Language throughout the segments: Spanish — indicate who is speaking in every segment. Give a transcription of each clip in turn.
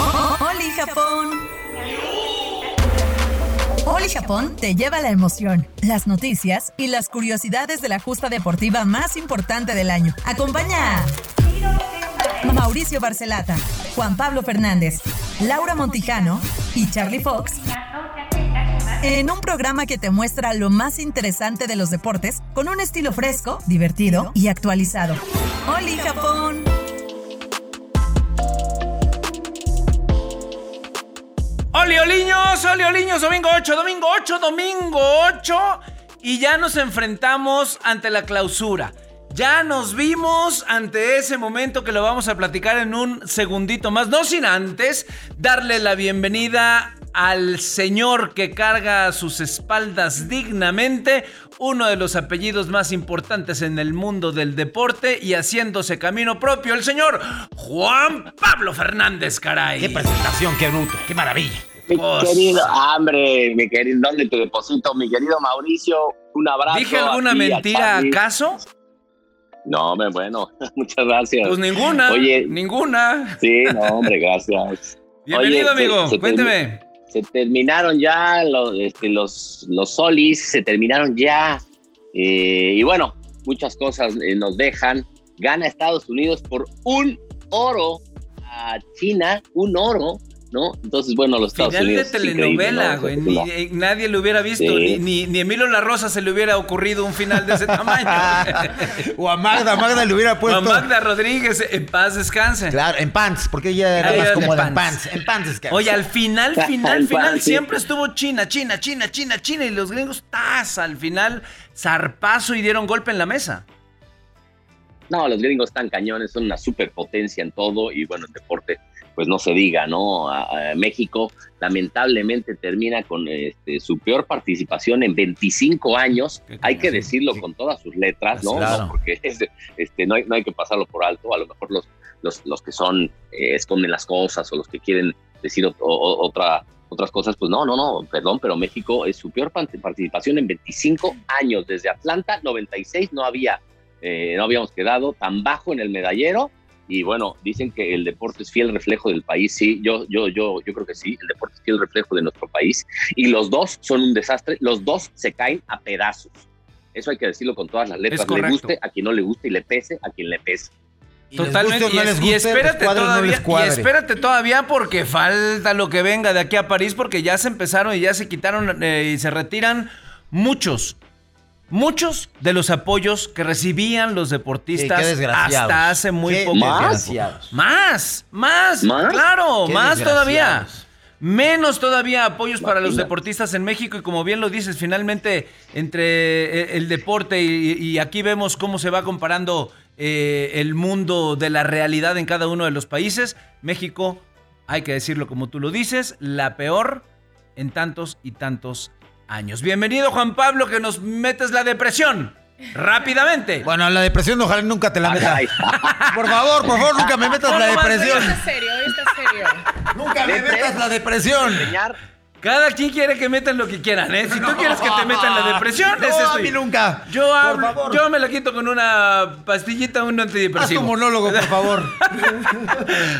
Speaker 1: ¡Oli Japón! Oli Japón te lleva la emoción, las noticias y las curiosidades de la justa deportiva más importante del año. Acompaña a Mauricio Barcelata, Juan Pablo Fernández, Laura Montijano y Charlie Fox en un programa que te muestra lo más interesante de los deportes con un estilo fresco, divertido y actualizado. ¡Oli Japón!
Speaker 2: ¡Oli, Oliños! ¡Oli, Oliños! Domingo 8, domingo 8, domingo 8. Y ya nos enfrentamos ante la clausura. Ya nos vimos ante ese momento que lo vamos a platicar en un segundito más. No sin antes darle la bienvenida al señor que carga a sus espaldas dignamente uno de los apellidos más importantes en el mundo del deporte y haciéndose camino propio, el señor Juan Pablo Fernández, caray.
Speaker 3: Qué presentación, qué bruto, qué maravilla.
Speaker 4: Mi
Speaker 2: Cos-
Speaker 4: querido, ah, hombre, mi querido, ¿dónde te deposito? Mi querido Mauricio, un abrazo.
Speaker 2: ¿Dije alguna
Speaker 4: a ti, a
Speaker 2: mentira
Speaker 4: Charlie.
Speaker 2: acaso?
Speaker 4: No, hombre, bueno, muchas gracias.
Speaker 2: Pues ninguna.
Speaker 4: Oye.
Speaker 2: Ninguna.
Speaker 4: Sí, no, hombre, gracias.
Speaker 2: Bienvenido,
Speaker 4: Oye, se-
Speaker 2: amigo.
Speaker 4: se te-
Speaker 2: Cuénteme.
Speaker 4: Se terminaron ya los, este, los, los solis, se terminaron ya. eh, y bueno, muchas cosas eh, nos dejan. Gana Estados Unidos por un oro a China, un oro, ¿no? Entonces, bueno, los Estados
Speaker 2: Final de
Speaker 4: Unidos. es increíble,
Speaker 2: telenovela,
Speaker 4: ¿no?
Speaker 2: güey.
Speaker 4: Es una-
Speaker 2: Ni- eh, nadie lo hubiera visto.
Speaker 4: Sí.
Speaker 2: Ni, ni, ni a Emilio La Rosa se le hubiera ocurrido un final de ese tamaño.
Speaker 3: o a Magda, Magda le hubiera puesto.
Speaker 2: Amanda Rodríguez, en paz descanse.
Speaker 3: Claro, en pants, porque ella era
Speaker 2: Ah,
Speaker 3: más
Speaker 2: era de
Speaker 3: cómoda en
Speaker 2: pants.
Speaker 3: pants. En pants es que-
Speaker 2: Oye, al final, final,
Speaker 4: Al
Speaker 2: final,
Speaker 4: pan, sí.
Speaker 2: siempre estuvo China, China, China, China, China. Y los gringos, ¡tas! Al final, zarpazo y dieron golpe en la mesa.
Speaker 4: No, los gringos están cañones, son una superpotencia en todo y bueno, en deporte, pues no se diga, ¿no? A- a México lamentablemente termina con este, su peor participación en 25 años,
Speaker 2: Qué
Speaker 4: hay que
Speaker 2: cañón,
Speaker 4: decirlo
Speaker 3: sí.
Speaker 4: con todas sus letras, ¿no?
Speaker 3: Claro.
Speaker 4: No, Porque este, este, no, hay, no hay que pasarlo por alto, a lo mejor los, los, los que son, eh, esconden las cosas o los que quieren decir ot- o- o- otra otras cosas, pues no, no, no, perdón, pero México es su peor parte- participación en 25 años. Desde Atlanta 96 no había, eh, no habíamos quedado tan bajo en el medallero. Y bueno, dicen que el deporte es fiel reflejo del país. Sí, yo, yo, yo, yo creo que sí, el deporte es fiel reflejo de nuestro país. Y los dos son un desastre, los dos se caen a pedazos. Eso hay que decirlo con todas las letras. Le
Speaker 2: correcto.
Speaker 4: guste a quien no le guste y le pese a quien le pese.
Speaker 3: Y les guste o no
Speaker 2: y,
Speaker 3: les
Speaker 2: y
Speaker 3: guste,
Speaker 2: espérate
Speaker 3: les cuadre o no les
Speaker 2: todavía, y
Speaker 3: cuadre.
Speaker 2: espérate todavía porque falta lo que venga de aquí a París porque ya se empezaron y ya se quitaron eh, y se retiran muchos, muchos de los apoyos que recibían los
Speaker 3: Sí,
Speaker 2: deportistas
Speaker 3: qué desgraciados.
Speaker 2: hasta hace muy
Speaker 3: Qué
Speaker 2: poco
Speaker 4: ¿Más?
Speaker 2: tiempo.
Speaker 3: desgraciados.
Speaker 2: Más, más,
Speaker 4: ¿Más?
Speaker 2: claro,
Speaker 3: Qué
Speaker 2: más todavía.
Speaker 3: desgraciados.
Speaker 2: Menos todavía apoyos para los
Speaker 4: Imagínate.
Speaker 2: deportistas en México y como bien lo dices, finalmente entre eh, el deporte y, y aquí vemos cómo se va comparando eh, el mundo de la realidad en cada uno de los países, México, hay que decirlo como tú lo dices, la peor en tantos y tantos años. Bienvenido Juan Pablo, que nos metes la depresión rápidamente.
Speaker 3: Bueno, la depresión ojalá nunca te la metas.
Speaker 4: Ay,
Speaker 3: Por favor, por favor, nunca me metas la
Speaker 2: No, nomás
Speaker 3: depresión.
Speaker 5: Está serio, está serio.
Speaker 3: Nunca me metas la depresión.
Speaker 4: enseñar
Speaker 2: Cada quien quiere que metan lo que quieran, ¿eh? Si tú quieres que te metan la depresión,
Speaker 3: No,
Speaker 2: es
Speaker 3: a mí nunca.
Speaker 2: Yo hablo,
Speaker 3: Por favor.
Speaker 2: yo me la quito con una pastillita, un
Speaker 3: Haz tu
Speaker 2: antidepresivo.
Speaker 3: monólogo, por favor.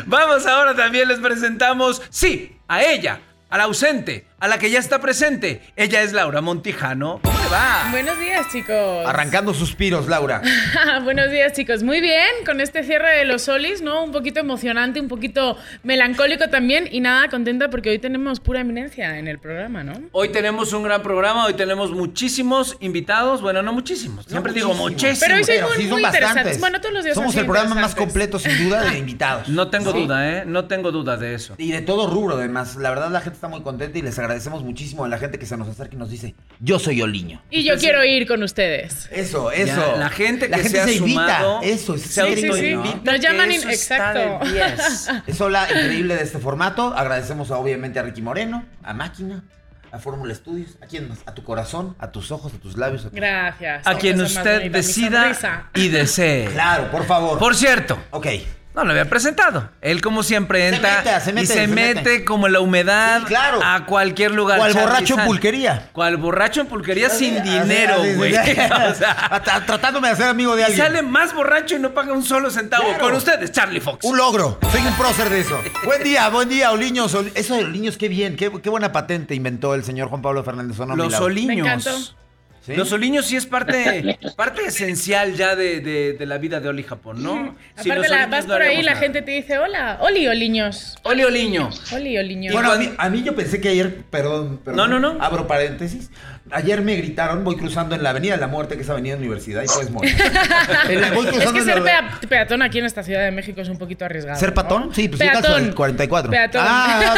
Speaker 2: Vamos ahora también les presentamos, sí, a ella, a la ausente, a la que ya está presente. Ella es Laura Montijano. ¿Cómo le va?
Speaker 5: Buenos días, chicos.
Speaker 3: Arrancando suspiros, Laura.
Speaker 5: Buenos días, chicos. Muy bien, con este cierre de los solis, ¿no? Un poquito emocionante, un poquito melancólico también. Y nada, contenta porque hoy tenemos pura eminencia en el programa, ¿no?
Speaker 2: Hoy tenemos un gran programa, hoy tenemos muchísimos invitados. Bueno, no muchísimos, siempre digo
Speaker 3: muchísimos.
Speaker 2: muchísimos.
Speaker 5: Pero hoy sí son
Speaker 3: sí
Speaker 5: muy
Speaker 3: bastantes.
Speaker 5: interesantes. Bueno, todos los días son
Speaker 3: Somos
Speaker 5: así
Speaker 3: el programa más
Speaker 5: interesantes.
Speaker 3: completo, sin duda, de invitados.
Speaker 2: No tengo duda, ¿eh? No tengo duda de eso.
Speaker 3: Y de todo rubro, además. La verdad, la gente está muy contenta y les agradecemos muchísimo a la gente que se nos acerca y nos dice, yo soy Oliño.
Speaker 5: Y yo quiero ir con ustedes.
Speaker 3: Eso,
Speaker 2: Ya,
Speaker 3: eso.
Speaker 2: la gente que
Speaker 3: la gente
Speaker 2: se ha
Speaker 3: invita.
Speaker 2: sumado,
Speaker 3: Eso, es
Speaker 2: se
Speaker 3: increíble,
Speaker 2: autoinvita.
Speaker 3: ¿no?
Speaker 5: Nos
Speaker 2: que
Speaker 5: llaman in-
Speaker 2: eso está
Speaker 5: exacto.
Speaker 2: de 10.
Speaker 3: Eso la increíble de este formato. Agradecemos a, obviamente a Ricky Moreno, a Máquina, a Fórmula Estudios, a quién más, a tu corazón, a tus ojos, a tus labios. A tu-
Speaker 5: Gracias.
Speaker 2: a
Speaker 5: Qué
Speaker 2: quien
Speaker 5: cosa más
Speaker 2: usted
Speaker 5: bonita, mi
Speaker 2: decida
Speaker 5: sonrisa.
Speaker 2: y desee.
Speaker 3: Claro, por favor.
Speaker 2: Por cierto,
Speaker 3: Ok.
Speaker 2: No lo había presentado. Él, como siempre, entra
Speaker 3: mete, se mete,
Speaker 2: y se,
Speaker 3: se
Speaker 2: mete,
Speaker 3: mete.
Speaker 2: como la humedad
Speaker 3: Sí, claro.
Speaker 2: a cualquier lugar.
Speaker 3: Cual
Speaker 2: Charlie
Speaker 3: borracho en
Speaker 2: San.
Speaker 3: pulquería.
Speaker 2: Cual borracho en pulquería sin
Speaker 3: Así,
Speaker 2: dinero,
Speaker 3: así, así,
Speaker 2: güey.
Speaker 3: así.
Speaker 2: O sea,
Speaker 3: Hasta tratándome de ser amigo de
Speaker 2: y
Speaker 3: alguien.
Speaker 2: sale más borracho y no paga un solo centavo.
Speaker 3: Claro.
Speaker 2: Con ustedes, Charlie Fox.
Speaker 3: Un logro. Soy un prócer de eso. buen día, buen día, Oliños. Ol- Eso de Oliños, qué bien. Qué, qué buena patente inventó el señor Juan Pablo Fernández. Sonó a mi
Speaker 2: Los
Speaker 3: lado.
Speaker 5: Me encantó.
Speaker 2: oliños.
Speaker 3: ¿Sí?
Speaker 2: Los oliños sí es parte, parte esencial ya de, de- de la vida de Oli Japón, ¿no? Sin
Speaker 5: Aparte,
Speaker 2: los
Speaker 5: la-
Speaker 2: oliños
Speaker 5: vas
Speaker 2: no
Speaker 5: por ahí y
Speaker 2: haríamos
Speaker 5: la
Speaker 2: nada.
Speaker 5: gente te dice, hola, Oli Oliños.
Speaker 2: Oli Oliño.
Speaker 5: Oli Oliños.
Speaker 3: Bueno, a mí,
Speaker 2: cuando-
Speaker 3: a mí yo pensé que ayer, perdón, perdón,
Speaker 2: No, no, no.
Speaker 3: abro paréntesis. Ayer me gritaron, voy cruzando en la Avenida de la Muerte, que es Avenida Universidad, y puedes morir. En la- eh, voy
Speaker 5: Ah, es
Speaker 3: cruzando
Speaker 5: que
Speaker 3: en la-
Speaker 5: ser pea- peatón aquí en esta Ciudad de México es un poquito arriesgado.
Speaker 3: ¿Ser
Speaker 5: ¿no?
Speaker 3: patón? Sí, pues yo
Speaker 5: Peatón.
Speaker 3: calzo el 44.
Speaker 5: Peatón.
Speaker 3: Ah, ah,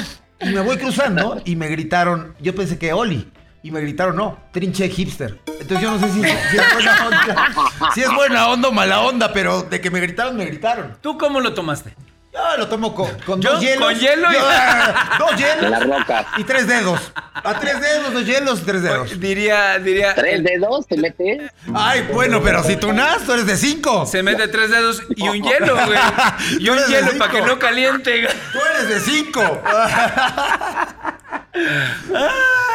Speaker 3: vale. Y me voy cruzando y me gritaron, yo pensé que Oli. Y me gritaron, no, trinche hipster. Entonces yo no sé si, si es buena onda. Si es buena onda o mala onda, pero de que me gritaron, me gritaron.
Speaker 2: ¿Tú cómo lo tomaste?
Speaker 3: Yo lo tomo con, con
Speaker 2: Yo
Speaker 3: dos hielos.
Speaker 2: con hielo y-
Speaker 3: Yo, ah, dos hielos.
Speaker 4: La roca.
Speaker 3: Y tres dedos. A tres dedos, dos hielos y tres dedos.
Speaker 2: Diría, diría.
Speaker 4: Tres dedos te mete.
Speaker 3: Ay, bueno, pero si tú nas, tú eres de cinco.
Speaker 2: Se mete tres dedos y un hielo, güey. Y
Speaker 3: Tú
Speaker 2: un
Speaker 3: eres de
Speaker 2: hielo
Speaker 3: cinco.
Speaker 2: para que no caliente.
Speaker 3: Tú eres de cinco.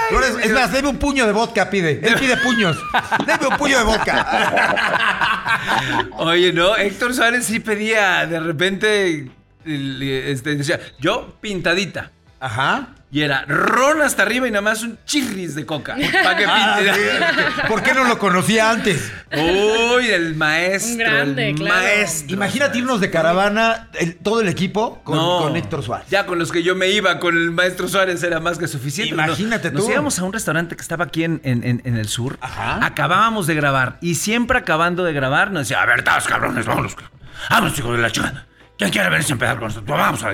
Speaker 3: Tú eres- es más, deme un puño de vodka, pide. Él pide puños. Deme un puño de vodka.
Speaker 2: Oye, ¿no? Héctor Suárez sí pedía de repente. el- Este, decía, yo pintadita.
Speaker 3: Ajá.
Speaker 2: Y era ron hasta arriba y nada más un chirris de coca. Para que
Speaker 3: Ah,
Speaker 2: pinte.
Speaker 3: sí. ¿Por qué no lo conocía antes?
Speaker 2: Uy, el maestro.
Speaker 5: Un grande,
Speaker 2: el
Speaker 5: claro.
Speaker 2: maestro.
Speaker 3: Imagínate irnos de caravana, el- todo el equipo, con,
Speaker 2: No.
Speaker 3: con Héctor Suárez.
Speaker 2: Ya con los que yo me iba con el maestro Suárez era más que suficiente.
Speaker 3: Imagínate
Speaker 2: Nos
Speaker 3: tú.
Speaker 2: íbamos a un restaurante que estaba aquí en, en- en- en el sur.
Speaker 3: Ajá.
Speaker 2: Acabábamos de grabar. Y siempre acabando de grabar nos decía, a ver, todos cabrones, vámonos. cabrón. Vámonos, hijos de la chingada. ¿Quién quiere venirse a empezar con nosotros? Vamos a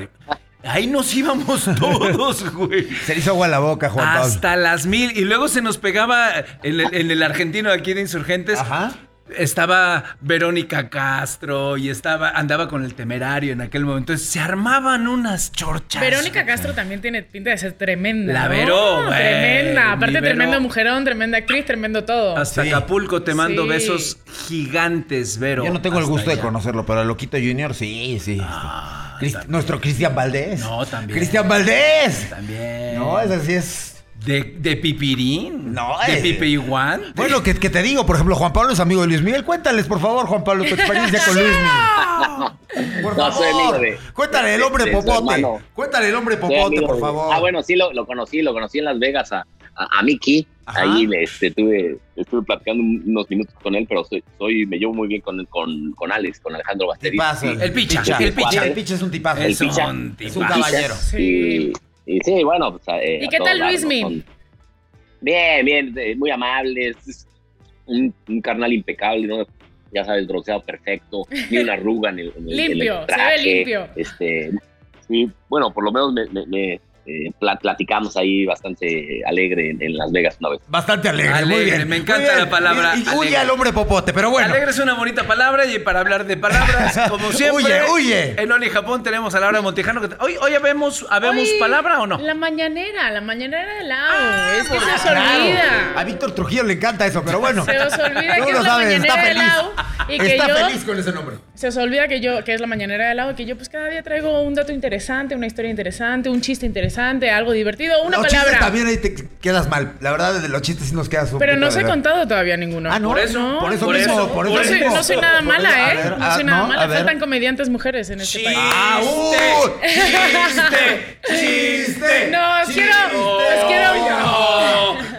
Speaker 2: Ahí nos íbamos todos, güey.
Speaker 3: Se le hizo agua a la boca, Juan Pablo.
Speaker 2: Hasta las mil. Y luego se nos pegaba en el, en el argentino aquí de Insurgentes.
Speaker 3: Ajá.
Speaker 2: Estaba Verónica Castro y estaba andaba con el temerario en aquel momento. Entonces, se armaban unas chorchas.
Speaker 5: Verónica Castro también tiene pinta de ser tremenda.
Speaker 2: La
Speaker 5: ¿no?
Speaker 2: Vero, güey, mi
Speaker 5: Tremenda. Aparte,
Speaker 2: Vero.
Speaker 5: tremendo mujerón, tremenda actriz, tremendo todo.
Speaker 2: Hasta
Speaker 3: Sí.
Speaker 2: Acapulco te mando
Speaker 5: Sí.
Speaker 2: besos gigantes, Vero.
Speaker 3: Yo no tengo el
Speaker 2: Hasta
Speaker 3: gusto de
Speaker 2: allá. Ah,
Speaker 3: conocerlo, pero a Loquito Junior sí, sí. Crist- Nuestro Cristian Valdés.
Speaker 2: No, también.
Speaker 3: Cristian Valdés.
Speaker 2: También.
Speaker 3: No, es así es.
Speaker 2: De, de Pipirín.
Speaker 3: No,
Speaker 2: De
Speaker 3: eh.
Speaker 2: Pipiiguán.
Speaker 3: Bueno, que, que te digo, por ejemplo, Juan Pablo es amigo de Luis Miguel. Cuéntales, por favor, Juan Pablo, tu experiencia con Luis Miguel. Por
Speaker 4: No, soy
Speaker 3: favor.
Speaker 4: amigo de-
Speaker 3: Cuéntale el
Speaker 4: de-
Speaker 3: hombre
Speaker 4: de su
Speaker 3: popote.
Speaker 4: hermano.
Speaker 3: Cuéntale el hombre
Speaker 4: Soy
Speaker 3: popote,
Speaker 4: amigo
Speaker 3: por
Speaker 4: de-
Speaker 3: favor.
Speaker 4: Ah, bueno, sí, lo, lo conocí, lo conocí en Las Vegas a, a, a Mickey.
Speaker 3: Ajá.
Speaker 4: Ahí le- este, tuve, estuve platicando un- unos minutos con él, pero soy, soy, me llevo muy bien con, con, con Alex, con Alejandro Basteris.
Speaker 3: Tipazo,
Speaker 4: Y-
Speaker 2: El picha, el picha.
Speaker 3: El picha es un tipazo.
Speaker 2: El
Speaker 3: Es un-
Speaker 2: picha.
Speaker 3: Es un
Speaker 4: Picha.
Speaker 3: caballero.
Speaker 5: Sí.
Speaker 4: Y, y sí, bueno. Pues, a- eh,
Speaker 5: ¿Y
Speaker 4: a
Speaker 5: qué
Speaker 4: todo
Speaker 5: tal
Speaker 4: dar,
Speaker 5: Luis
Speaker 4: ¿no?
Speaker 5: Min?
Speaker 4: Son- Bien, bien, eh, muy amable. es- es un, un carnal impecable, ¿no? Ya sabes, bronceado perfecto, ni una arruga en el, en el- en el
Speaker 5: Limpio, se ve
Speaker 4: traje,
Speaker 5: limpio.
Speaker 4: Este, sí, bueno, por lo menos me, me- me, eh, pla- platicamos ahí bastante alegre en, en Las Vegas una vez.
Speaker 3: Bastante alegre. muy
Speaker 2: Alegre,
Speaker 3: bien.
Speaker 2: me
Speaker 3: muy
Speaker 2: encanta
Speaker 3: bien.
Speaker 2: la palabra
Speaker 3: Y, y
Speaker 2: alegre.
Speaker 3: huye al hombre popote, pero bueno.
Speaker 2: Alegre es una bonita palabra y para hablar de palabras, como siempre.
Speaker 3: Huye, huye.
Speaker 2: En Oli Japón tenemos a Laura Montejano. que- Hoy, hoy habemos, habemos
Speaker 5: Oye,
Speaker 2: palabra o no?
Speaker 5: La mañanera, la mañanera de Lau.
Speaker 2: Ah,
Speaker 5: es que
Speaker 2: por
Speaker 5: se os
Speaker 3: Claro.
Speaker 5: olvida.
Speaker 3: A Víctor Trujillo le encanta eso, pero bueno.
Speaker 5: Se os olvida
Speaker 3: Tú
Speaker 5: que
Speaker 3: lo
Speaker 5: es la
Speaker 3: sabes, está
Speaker 5: mañanera de
Speaker 3: feliz.
Speaker 5: Lau. Y que
Speaker 3: está
Speaker 5: yo.
Speaker 3: feliz con ese nombre.
Speaker 5: Se os olvida que yo, que es la mañanera de Lau, y que yo pues cada día traigo un dato interesante, una historia interesante, un chiste interesante, algo divertido, una
Speaker 3: los
Speaker 5: palabra.
Speaker 3: chistes también ahí te quedas mal. La verdad, de los chistes sí nos quedas un
Speaker 5: Pero
Speaker 3: poquito
Speaker 5: no os
Speaker 3: de
Speaker 5: he
Speaker 3: ver.
Speaker 5: contado todavía ninguno.
Speaker 3: Ah, no,
Speaker 2: Por eso,
Speaker 5: No.
Speaker 3: por eso
Speaker 2: por
Speaker 3: mismo,
Speaker 2: eso,
Speaker 3: por eso
Speaker 5: No soy,
Speaker 3: mismo.
Speaker 5: no soy nada
Speaker 3: Por eso-
Speaker 5: mala,
Speaker 3: a
Speaker 5: ¿eh?
Speaker 3: ver,
Speaker 5: no
Speaker 3: ah,
Speaker 5: soy nada
Speaker 3: no, a
Speaker 5: mala.
Speaker 3: ver.
Speaker 5: Faltan comediantes mujeres en este país.
Speaker 3: Ah, uh,
Speaker 2: ¡Chiste!
Speaker 3: ¡Chiste!
Speaker 5: No, os quiero- os quiero-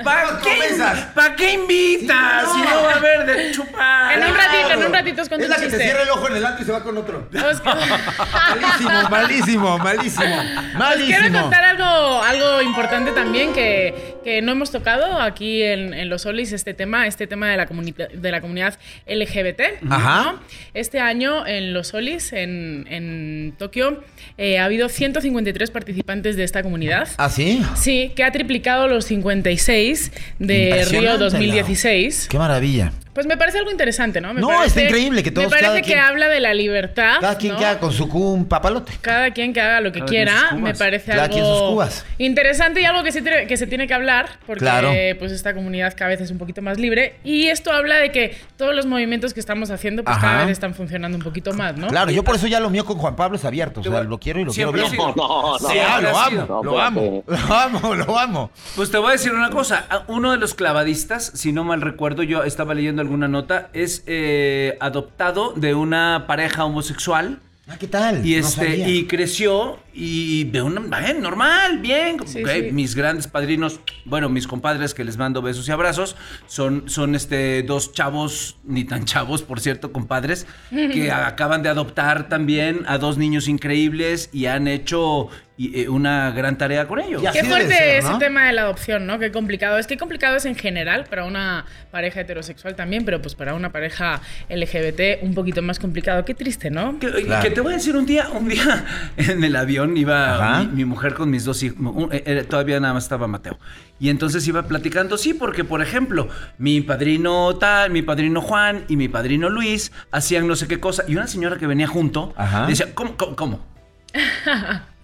Speaker 2: ¿Para qué,
Speaker 3: comenzas?
Speaker 2: ¿Para qué invitas? Si no va a haber de chupar.
Speaker 5: En un ratito, en un ratito os cuento
Speaker 3: Es la
Speaker 5: un
Speaker 3: que te
Speaker 5: chiste.
Speaker 3: cierra el ojo en el alto y se va con otro.
Speaker 5: Os-
Speaker 3: Malísimo, malísimo, malísimo.
Speaker 5: Os Pues quiero
Speaker 3: Malísimo.
Speaker 5: contar algo, algo importante también que, que no hemos tocado aquí en, en los Solis, este tema, este tema de la, comunita- de la comunidad LGBT. ¿no?
Speaker 3: Ajá.
Speaker 5: Este año en los Solis, en, en Tokio, eh, ha habido 153 participantes de esta comunidad.
Speaker 3: ¿Ah, sí?
Speaker 5: Sí, que ha triplicado los 56 de
Speaker 3: Impresionante, Lau.
Speaker 5: Río 2016.
Speaker 3: Qué maravilla.
Speaker 5: Pues me parece algo interesante, ¿no? Me
Speaker 3: No,
Speaker 5: parece-
Speaker 3: está increíble que todos,
Speaker 5: Me parece
Speaker 3: cada
Speaker 5: que
Speaker 3: quien-
Speaker 5: habla de la libertad.
Speaker 3: Cada quien
Speaker 5: Ah, ¿no?
Speaker 3: queda con su cum papalote.
Speaker 5: Cada quien que haga lo que
Speaker 2: Cada quien sus
Speaker 5: quiera,
Speaker 2: cubas.
Speaker 5: me parece
Speaker 3: Cada quien sus
Speaker 5: algo
Speaker 3: cubas.
Speaker 5: interesante y algo que se, tiene- que se tiene que hablar, porque
Speaker 3: Claro.
Speaker 5: pues esta comunidad cada vez es un poquito más libre. Y esto habla de que todos los movimientos que estamos haciendo, pues
Speaker 3: Ajá.
Speaker 5: cada vez están funcionando un poquito más, ¿no?
Speaker 3: Claro, yo por eso ya lo mío con Juan Pablo es abierto. O sea,
Speaker 2: voy-
Speaker 3: lo quiero y lo quiero
Speaker 2: Siempre
Speaker 3: bien.
Speaker 2: ha sido-
Speaker 4: No, no,
Speaker 3: Sí, ah,
Speaker 2: siempre
Speaker 3: lo
Speaker 2: ha sido.
Speaker 3: amo,
Speaker 4: No,
Speaker 3: lo
Speaker 4: espérate.
Speaker 3: amo, lo amo, lo amo.
Speaker 2: Pues te voy a decir una cosa. a- Uno de los clavadistas, si no mal recuerdo, yo estaba leyendo alguna nota, es eh, adoptado de una pareja homosexual
Speaker 3: Ah, ¿qué tal?
Speaker 2: y
Speaker 3: No
Speaker 2: este
Speaker 3: sabía.
Speaker 2: y creció y de una bien, normal, bien.
Speaker 5: Sí,
Speaker 2: ok,
Speaker 5: sí.
Speaker 2: Mis grandes padrinos, bueno, mis compadres que les mando besos y abrazos, son son este dos chavos ni tan chavos, por cierto, compadres que acaban de adoptar también a dos niños increíbles y han hecho y, eh, una gran tarea con ellos.
Speaker 3: Ya.
Speaker 5: Qué
Speaker 3: Así debe
Speaker 5: fuerte
Speaker 3: ser,
Speaker 5: ese
Speaker 3: ¿no?
Speaker 5: tema de la adopción, ¿no? Qué complicado. Es que complicado es en general para una pareja heterosexual también, pero pues para una pareja LGBT un poquito más complicado. Qué triste, ¿no?
Speaker 2: Que,
Speaker 3: Claro.
Speaker 2: que te voy a decir un día, un día en el avión iba
Speaker 3: Ajá.
Speaker 2: mi, mi mujer con mis dos hijos, un- eh, eh, todavía nada más estaba Mateo. Y entonces iba platicando, sí, porque por ejemplo, mi padrino tal, mi padrino Juan y mi padrino Luis hacían no sé qué cosa. Y una señora que venía junto
Speaker 3: Ajá.
Speaker 2: decía, ¿cómo? cómo, cómo?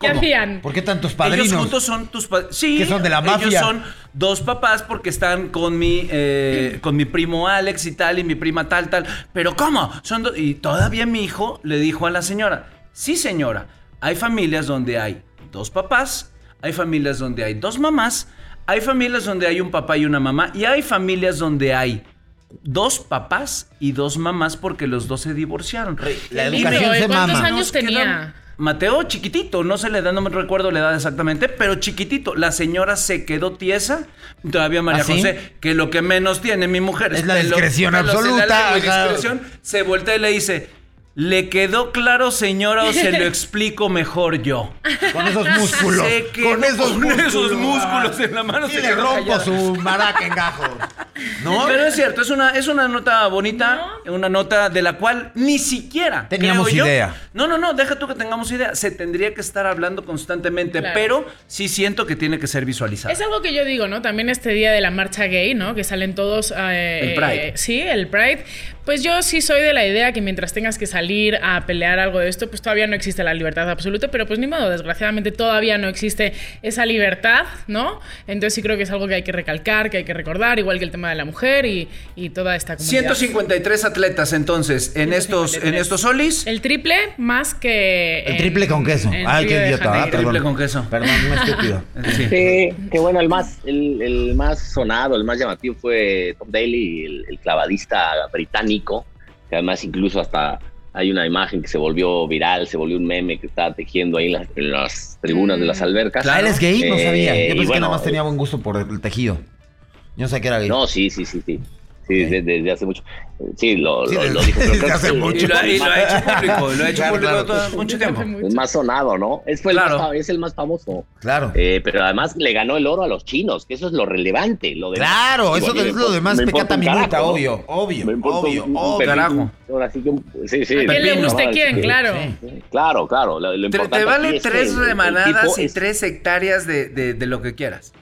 Speaker 5: ¿Qué
Speaker 2: ¿Cómo?
Speaker 5: hacían?
Speaker 3: ¿Por qué tantos
Speaker 2: Ellos
Speaker 3: padrinos?
Speaker 2: juntos son tus padrinos. Sí.
Speaker 3: Que son de la
Speaker 2: Ellos
Speaker 3: mafia.
Speaker 2: son dos papás porque están con mi, eh, con mi primo Alex y tal, y mi prima tal, tal. Pero ¿cómo? Son dos- y todavía mi hijo le dijo a la señora, sí señora, hay familias donde hay dos papás, hay familias donde hay dos mamás, hay familias donde hay un papá y una mamá, y hay familias donde hay... Dos papás y dos mamás porque los dos se divorciaron.
Speaker 3: la
Speaker 2: Y me-
Speaker 3: educación se
Speaker 5: ¿Cuántos
Speaker 3: mama.
Speaker 5: años
Speaker 2: nos quedan-
Speaker 5: tenía?
Speaker 2: Mateo, chiquitito, no se le da, no me recuerdo la edad exactamente, pero chiquitito. La señora se quedó tiesa. Todavía María
Speaker 3: ¿Ah, sí?
Speaker 2: José, que lo que menos tiene mi mujer
Speaker 3: Es la
Speaker 2: pelo-
Speaker 3: discreción
Speaker 2: pelo, se da
Speaker 3: absoluta,
Speaker 2: la
Speaker 3: ajá.
Speaker 2: discreción, se voltea y le dice: ¿Le quedó claro, señora, o se lo explico mejor yo?
Speaker 3: Con esos músculos.
Speaker 2: Se quedó
Speaker 3: Con esos
Speaker 2: con
Speaker 3: músculos.
Speaker 2: esos músculos en la mano,
Speaker 3: Sí
Speaker 2: se
Speaker 3: le
Speaker 2: quedó
Speaker 3: rompo
Speaker 2: callada.
Speaker 3: su maraca en gajos. ¿No?
Speaker 2: Pero es cierto, es una, es una nota bonita, una nota de la cual ni siquiera
Speaker 3: Teníamos
Speaker 2: creo yo-
Speaker 3: idea.
Speaker 2: No, no, no, deja tú que tengamos idea. Se tendría que estar hablando constantemente,
Speaker 5: Claro.
Speaker 2: pero sí siento que tiene que ser visualizado.
Speaker 5: Es algo que yo digo, ¿no? También este día de la marcha gay, ¿no? Que salen todos... eh,
Speaker 2: El Pride.
Speaker 5: eh, sí, el Pride. Pues yo sí soy de la idea que mientras tengas que salir a pelear algo de esto, pues todavía no existe la libertad absoluta, pero pues ni modo, desgraciadamente todavía no existe esa libertad, ¿no? Entonces sí creo que es algo que hay que recalcar, que hay que recordar, igual que el tema de la mujer y, y toda esta comunidad.
Speaker 2: 153 atletas entonces en estos en
Speaker 5: 153.
Speaker 2: estos solis.
Speaker 5: El triple más que...
Speaker 3: El
Speaker 5: en-
Speaker 3: triple con queso.
Speaker 5: en
Speaker 3: Ay,
Speaker 5: Río
Speaker 3: qué
Speaker 5: de
Speaker 3: idiota. ah,
Speaker 5: Janeiro.
Speaker 3: perdón.
Speaker 2: Triple con queso.
Speaker 3: Perdón, un estúpido.
Speaker 2: Sí.
Speaker 4: Sí, que bueno, el más, el, el más sonado, el más llamativo fue Tom Daly, el, el clavadista británico, que además incluso hasta hay una imagen que se volvió viral, se volvió un meme que estaba tejiendo ahí en las, en las tribunas de las albercas.
Speaker 3: Ah, ¿Él es gay? No
Speaker 4: Eh,
Speaker 3: sabía. Yo
Speaker 4: y
Speaker 3: pensé que
Speaker 4: bueno, eh,
Speaker 3: nada más tenía buen gusto por el tejido. Yo no sé que era gay.
Speaker 4: No, sí, sí, sí, sí. Sí,
Speaker 3: Ok.
Speaker 4: de- desde, hace mucho. Sí, lo,
Speaker 3: Sí,
Speaker 4: lo-
Speaker 3: desde-
Speaker 4: lo dijo. pero
Speaker 3: desde
Speaker 4: creo que
Speaker 3: hace
Speaker 4: es el-
Speaker 3: mucho.
Speaker 2: Y lo, ha- y lo ha hecho público, lo ha hecho
Speaker 3: Claro,
Speaker 2: público
Speaker 3: claro.
Speaker 2: todo- mucho tiempo.
Speaker 4: el más sonado, ¿no? Es, fue el
Speaker 2: Claro.
Speaker 4: más fa- es el más famoso.
Speaker 3: Claro.
Speaker 4: Eh, pero además le ganó el oro a los chinos, que eso es lo relevante. Lo demás-
Speaker 3: Claro,
Speaker 4: Digo,
Speaker 3: eso
Speaker 4: a mí
Speaker 3: es lo
Speaker 4: impo-
Speaker 3: demás
Speaker 4: me
Speaker 3: pecata
Speaker 4: importa un
Speaker 3: minuta,
Speaker 4: carajo, ¿no?
Speaker 3: obvio, obvio,
Speaker 4: Me importa
Speaker 3: obvio,
Speaker 4: un- un
Speaker 3: obvio.
Speaker 4: pepino.
Speaker 2: Carajo.
Speaker 4: Ahora sí que un- sí, sí,
Speaker 5: ¿Quién le
Speaker 2: Pepino.
Speaker 5: guste a quién? Claro.
Speaker 3: Sí.
Speaker 4: Claro, claro. Lo,
Speaker 2: Te,
Speaker 4: lo
Speaker 2: te
Speaker 4: importante aquí
Speaker 2: vale
Speaker 4: es que
Speaker 2: tres
Speaker 4: el- el
Speaker 2: remanadas
Speaker 4: tipo
Speaker 2: y
Speaker 4: es-
Speaker 2: tres hectáreas de, de- de lo que quieras.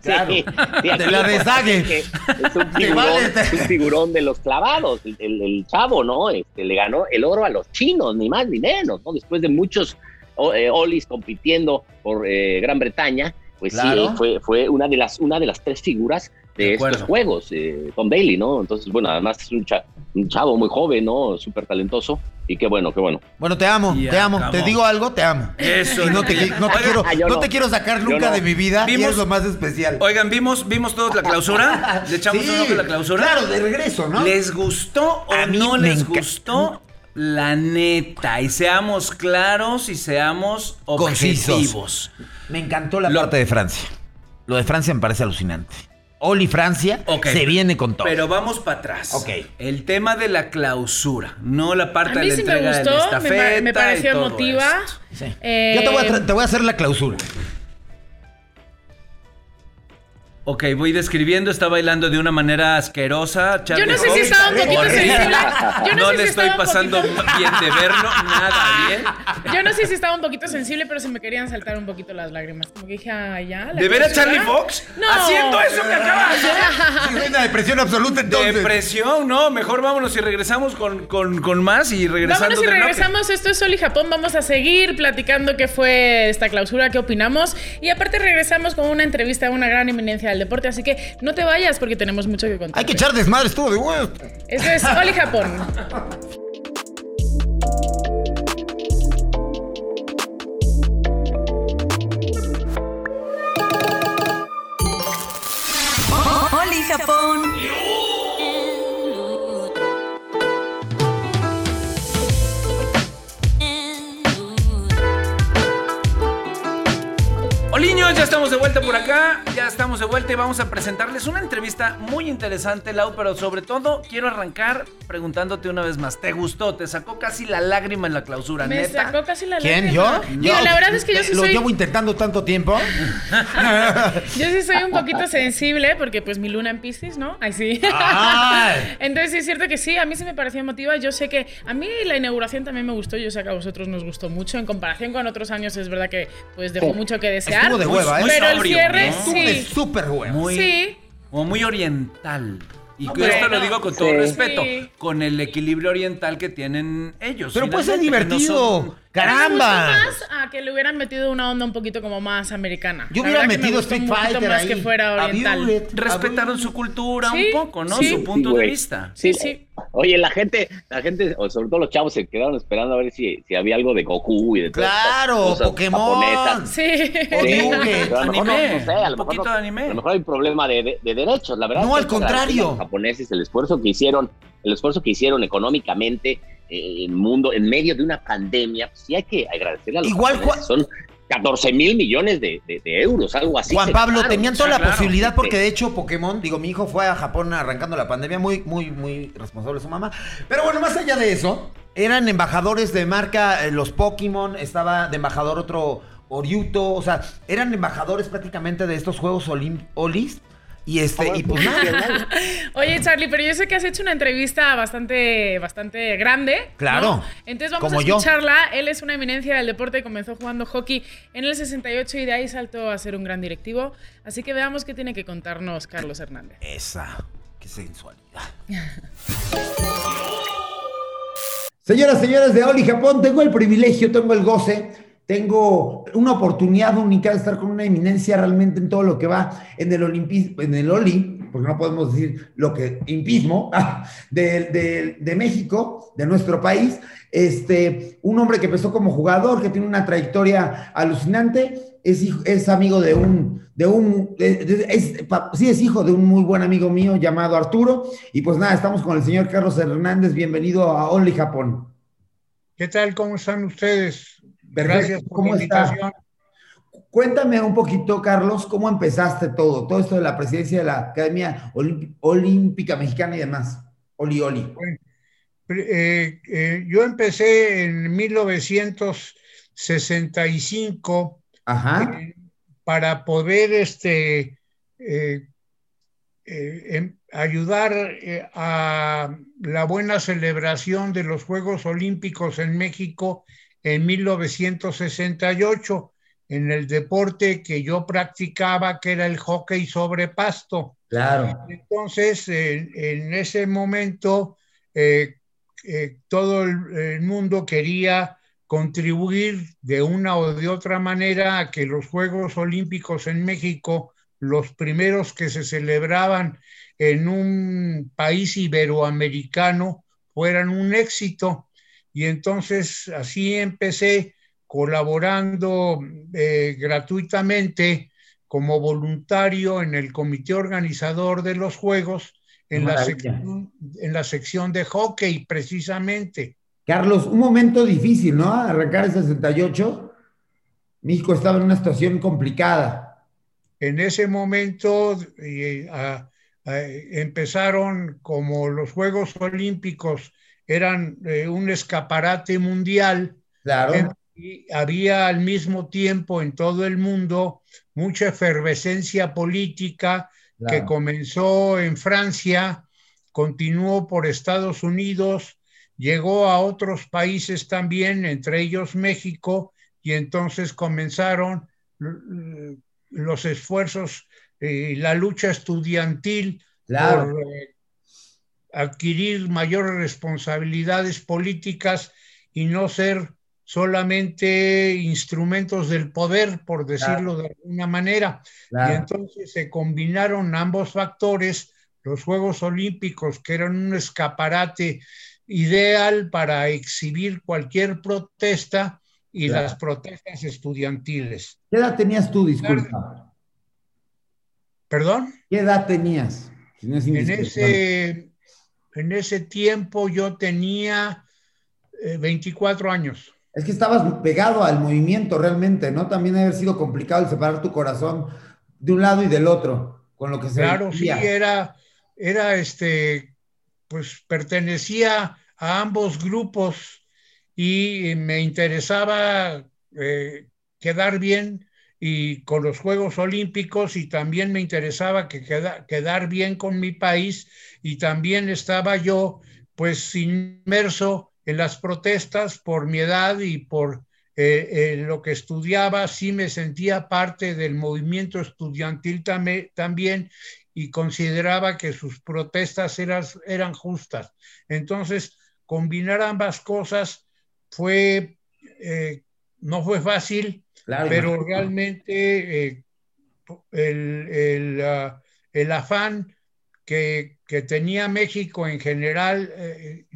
Speaker 3: Claro.
Speaker 4: Sí, sí, aquí
Speaker 3: Te la
Speaker 4: lo importante
Speaker 3: deshague.
Speaker 4: es que Es un
Speaker 3: Te
Speaker 4: tiburón,
Speaker 3: vale tres.
Speaker 4: es un tiburón de los clavados. El, el- el chavo, ¿no? Este, le ganó el oro a los chinos, ni más ni menos, ¿no? Después de muchos o- eh, olis compitiendo por eh, Gran Bretaña, pues sí,
Speaker 3: Claro.
Speaker 4: él fue, fue una, de las, una de las tres figuras de,
Speaker 2: De acuerdo.
Speaker 4: estos juegos, eh, Tom Bailey, ¿no? Entonces, bueno, además es un, cha- un chavo muy joven, ¿no? Súper talentoso. Y qué bueno, qué bueno.
Speaker 3: Bueno, te amo,
Speaker 2: Y
Speaker 3: te amo. Te
Speaker 2: acabó.
Speaker 3: digo algo, te amo.
Speaker 2: Eso.
Speaker 3: Y no te, qui- no te quiero,
Speaker 4: Ah, yo
Speaker 3: no
Speaker 4: no.
Speaker 3: te quiero sacar
Speaker 4: Yo
Speaker 3: nunca
Speaker 4: no.
Speaker 3: de mi vida y
Speaker 2: Vimos-
Speaker 3: es lo más especial.
Speaker 2: Oigan, vimos vimos todos la clausura. Le echamos
Speaker 3: Sí,
Speaker 2: un ojo a la clausura.
Speaker 3: Claro, de regreso, ¿no?
Speaker 2: ¿Les gustó o
Speaker 3: A mí
Speaker 2: no
Speaker 3: me
Speaker 2: les
Speaker 3: enca-
Speaker 2: gustó? La neta. Y seamos claros y seamos
Speaker 3: Concisos.
Speaker 2: objetivos.
Speaker 3: Me encantó la
Speaker 2: Lo-
Speaker 3: parte de Francia. Lo de Francia me parece alucinante. Oli Francia
Speaker 2: Ok.
Speaker 3: se viene con todo.
Speaker 2: Pero vamos para atrás.
Speaker 3: Ok.
Speaker 2: El tema de la clausura, no la
Speaker 5: A
Speaker 2: parte de
Speaker 5: mí
Speaker 2: la
Speaker 5: sí me
Speaker 2: entrega de la
Speaker 5: gustó, me,
Speaker 2: estafeta
Speaker 5: pa- me
Speaker 2: y
Speaker 5: pareció
Speaker 2: todo
Speaker 5: emotiva.
Speaker 2: esto.
Speaker 3: Sí.
Speaker 5: Eh,
Speaker 3: Yo te voy, a tra- te voy a hacer la clausura.
Speaker 2: Ok, voy describiendo, está bailando de una manera asquerosa. Charlie
Speaker 5: Yo no sé si
Speaker 2: Cox,
Speaker 5: estaba un poquito
Speaker 2: horrible.
Speaker 5: sensible. Yo no,
Speaker 2: no
Speaker 5: sé
Speaker 2: le
Speaker 5: si
Speaker 2: estoy
Speaker 5: estaba un
Speaker 2: pasando
Speaker 5: poquito-
Speaker 2: bien de verlo, nada bien.
Speaker 5: Yo no sé si estaba un poquito sensible, pero se me querían saltar un poquito las lágrimas. Como que dije, ah, ya. la
Speaker 2: ¿De ver a
Speaker 5: clausura".
Speaker 2: Charlie Fox?
Speaker 5: No.
Speaker 2: Haciendo eso que acaba de hacer.
Speaker 5: Ah.
Speaker 3: Sí, güey, una depresión absoluta entonces.
Speaker 2: Depresión, no, mejor vámonos y regresamos con, con- con más y regresando
Speaker 5: Vámonos y
Speaker 2: del bloque.
Speaker 5: regresamos. Esto es Sol y Japón. Vamos a seguir platicando qué fue esta clausura, qué opinamos. Y aparte regresamos con una entrevista a una gran eminencia del deporte. Así que no te vayas porque tenemos mucho que contar.
Speaker 3: Hay que echar desmadre, estuvo de huevos.
Speaker 5: Esto es Sol y Japón.
Speaker 1: Oli Japón.
Speaker 2: Oliños, ya estamos de vuelta por acá, ya estamos de vuelta y vamos a presentarles una entrevista muy interesante, Lau, pero sobre todo quiero arrancar preguntándote una vez más, ¿te gustó? ¿Te sacó casi la lágrima en la clausura,
Speaker 5: Me
Speaker 2: neta?
Speaker 5: sacó casi la
Speaker 3: ¿Quién? ¿Yo?
Speaker 5: lágrima. Digo, la verdad es que yo sí
Speaker 3: Lo
Speaker 5: soy,
Speaker 3: llevo intentando tanto tiempo.
Speaker 5: yo sí soy un poquito sensible porque pues mi luna en Piscis, ¿no? Ay, sí.
Speaker 3: Ay.
Speaker 5: Entonces sí es cierto que sí, a mí sí me pareció emotiva. Yo sé que a mí la inauguración también me gustó, yo sé que a vosotros nos gustó mucho. En comparación con otros años es verdad que pues dejó mucho que desear.
Speaker 3: Oh, Estuvo de hueva, ¿eh?
Speaker 5: Pero el
Speaker 2: sobrio,
Speaker 5: cierre
Speaker 2: ¿no?
Speaker 3: Estuvo de
Speaker 5: sí.
Speaker 3: súper hueva.
Speaker 2: Muy,
Speaker 5: Sí.
Speaker 2: Como muy oriental. Y que
Speaker 5: Bueno,
Speaker 2: esto lo digo con todo
Speaker 4: sí.
Speaker 2: respeto,
Speaker 5: Sí.
Speaker 2: con el equilibrio oriental que tienen ellos.
Speaker 3: Pero puede ser
Speaker 2: finalmente, que no
Speaker 3: divertido.
Speaker 2: son-
Speaker 5: A
Speaker 3: ¡Caramba!
Speaker 5: mí me gustó más a que le hubieran metido una onda un poquito como más americana.
Speaker 3: Yo
Speaker 5: La
Speaker 3: hubiera
Speaker 5: verdad que me
Speaker 3: metido
Speaker 5: gustó
Speaker 3: Street
Speaker 5: un poquito
Speaker 3: Fighter
Speaker 5: más
Speaker 3: ahí.
Speaker 5: que fuera
Speaker 3: A
Speaker 5: oriental.
Speaker 3: Violet, a
Speaker 2: Respetaron
Speaker 3: Violet.
Speaker 2: su cultura
Speaker 5: Sí,
Speaker 2: un poco, ¿no?
Speaker 5: sí.
Speaker 2: Su punto
Speaker 4: Sí,
Speaker 2: de
Speaker 4: güey.
Speaker 2: vista.
Speaker 5: Sí, sí.
Speaker 4: Oye, la gente, la gente, o sobre todo los chavos se quedaron esperando a ver si, si había algo de Goku y de todas estas
Speaker 3: Claro,
Speaker 4: cosas
Speaker 3: Pokémon.
Speaker 4: japonesas.
Speaker 5: Sí.
Speaker 4: Sí,
Speaker 3: Anime.
Speaker 4: pero a lo mejor no,
Speaker 2: Anime,
Speaker 4: no sé, a
Speaker 2: un
Speaker 4: lo
Speaker 2: poquito
Speaker 4: mejor no-
Speaker 2: de anime.
Speaker 4: A lo mejor hay un problema de, de- de derechos, la verdad.
Speaker 3: No,
Speaker 4: es que
Speaker 3: al contrario.
Speaker 4: Los japoneses, el esfuerzo que hicieron, el esfuerzo que hicieron económicamente eh, en mundo, en medio de una pandemia, pues sí hay que agradecerle a los
Speaker 3: Igual,
Speaker 4: japoneses, Son 14 mil millones de, de- de euros, algo así.
Speaker 3: Juan
Speaker 4: se
Speaker 3: Pablo,
Speaker 4: gastaron.
Speaker 3: tenían toda la
Speaker 2: Sí, claro.
Speaker 3: posibilidad porque de hecho Pokémon, digo, mi hijo fue a Japón arrancando la pandemia, muy, muy, muy responsable su mamá. Pero bueno, más allá de eso, eran embajadores de marca eh, los Pokémon, estaba de embajador otro Oriuto, o sea, eran embajadores prácticamente de estos Juegos Olim- Olis. Y este, y pues nada.
Speaker 5: Oye, Charlie, pero yo sé que has hecho una entrevista bastante, bastante grande.
Speaker 3: Claro.
Speaker 5: ¿no? Entonces vamos
Speaker 3: Como
Speaker 5: a
Speaker 3: yo.
Speaker 5: escucharla. Él es una eminencia del deporte, comenzó jugando hockey en el 68 y de ahí saltó a ser un gran directivo. Así que veamos qué tiene que contarnos Carlos Hernández.
Speaker 3: Esa, qué sensualidad. Señoras, señores de Oli Japón, tengo el privilegio, tengo el goce, tengo una oportunidad única de estar con una eminencia realmente en todo lo que va en el olimpi- en el Oli, porque no podemos decir lo que impismo, de, de- de México, de nuestro país. Este, un hombre que empezó como jugador, que tiene una trayectoria alucinante, es, hijo- es amigo de un, de un, de- de- es pa- sí es hijo de un muy buen amigo mío llamado Arturo. Y pues nada, estamos con el señor Carlos Hernández, bienvenido a Oli Japón.
Speaker 6: ¿Qué tal? ¿Cómo están ustedes?
Speaker 3: Perfecto,
Speaker 6: Gracias por
Speaker 3: ¿cómo
Speaker 6: la
Speaker 3: está?
Speaker 6: invitación.
Speaker 3: Cuéntame un poquito, Carlos, cómo empezaste todo, todo esto de la presidencia de la Academia Olímpi- Olímpica Mexicana y demás. Oli, Oli.
Speaker 6: Eh, eh, yo empecé en 1965
Speaker 3: Ajá.
Speaker 6: eh, para poder este, eh, eh, em- ayudar eh, a la buena celebración de los Juegos Olímpicos en México en 1968 en el deporte que yo practicaba, que era el hockey sobre pasto.
Speaker 3: Claro.
Speaker 6: Entonces, en, en ese momento, eh, eh, todo el, el mundo quería contribuir de una o de otra manera a que los Juegos Olímpicos en México, los primeros que se celebraban en un país iberoamericano, fueran un éxito. Y entonces así empecé colaborando eh, gratuitamente como voluntario en el comité organizador de los Juegos, en, la
Speaker 3: Maravilla.
Speaker 6: sección, en la sección de hockey precisamente.
Speaker 3: Carlos, un momento difícil, ¿no? Arrancar el 68. México estaba en una situación complicada.
Speaker 6: En ese momento eh, a- a- empezaron como los Juegos Olímpicos eran eh, un escaparate mundial,
Speaker 3: Claro.
Speaker 6: en- y había al mismo tiempo en todo el mundo mucha efervescencia política
Speaker 3: Claro.
Speaker 6: que comenzó en Francia, continuó por Estados Unidos, llegó a otros países también, entre ellos México, y entonces comenzaron eh, los esfuerzos eh, la lucha estudiantil
Speaker 3: Claro.
Speaker 6: por eh, adquirir mayores responsabilidades políticas y no ser solamente instrumentos del poder, por decirlo de alguna manera. Y
Speaker 3: claro.
Speaker 6: entonces se combinaron ambos factores, los Juegos Olímpicos, que eran un escaparate ideal para exhibir cualquier protesta, y
Speaker 3: Claro.
Speaker 6: las protestas estudiantiles.
Speaker 3: ¿Qué edad tenías tú, disculpa?
Speaker 6: ¿Perdón?
Speaker 3: ¿Qué edad tenías? Si no es
Speaker 6: En
Speaker 3: indiscreción.
Speaker 6: ese, en ese tiempo yo tenía eh, 24 años.
Speaker 3: Es que estabas pegado al movimiento realmente, ¿no? También debe haber sido complicado el separar tu corazón de un lado y del otro, con lo que se
Speaker 6: Claro, sí, eh,
Speaker 3: vivía.
Speaker 6: era, era este, pues pertenecía a ambos grupos y eh, me interesaba eh, quedar bien y con los Juegos Olímpicos y también me interesaba que queda- quedar bien con mi país y también estaba yo pues inmerso en las protestas por mi edad y por eh, eh, lo que estudiaba, sí me sentía parte del movimiento estudiantil tame- también y consideraba que sus protestas eras- eran justas. Entonces, combinar ambas cosas fue, eh, no fue fácil,
Speaker 3: Claro,
Speaker 6: pero
Speaker 3: imagínate.
Speaker 6: realmente eh, el, el, ah, el afán que, que tenía México en general, eh,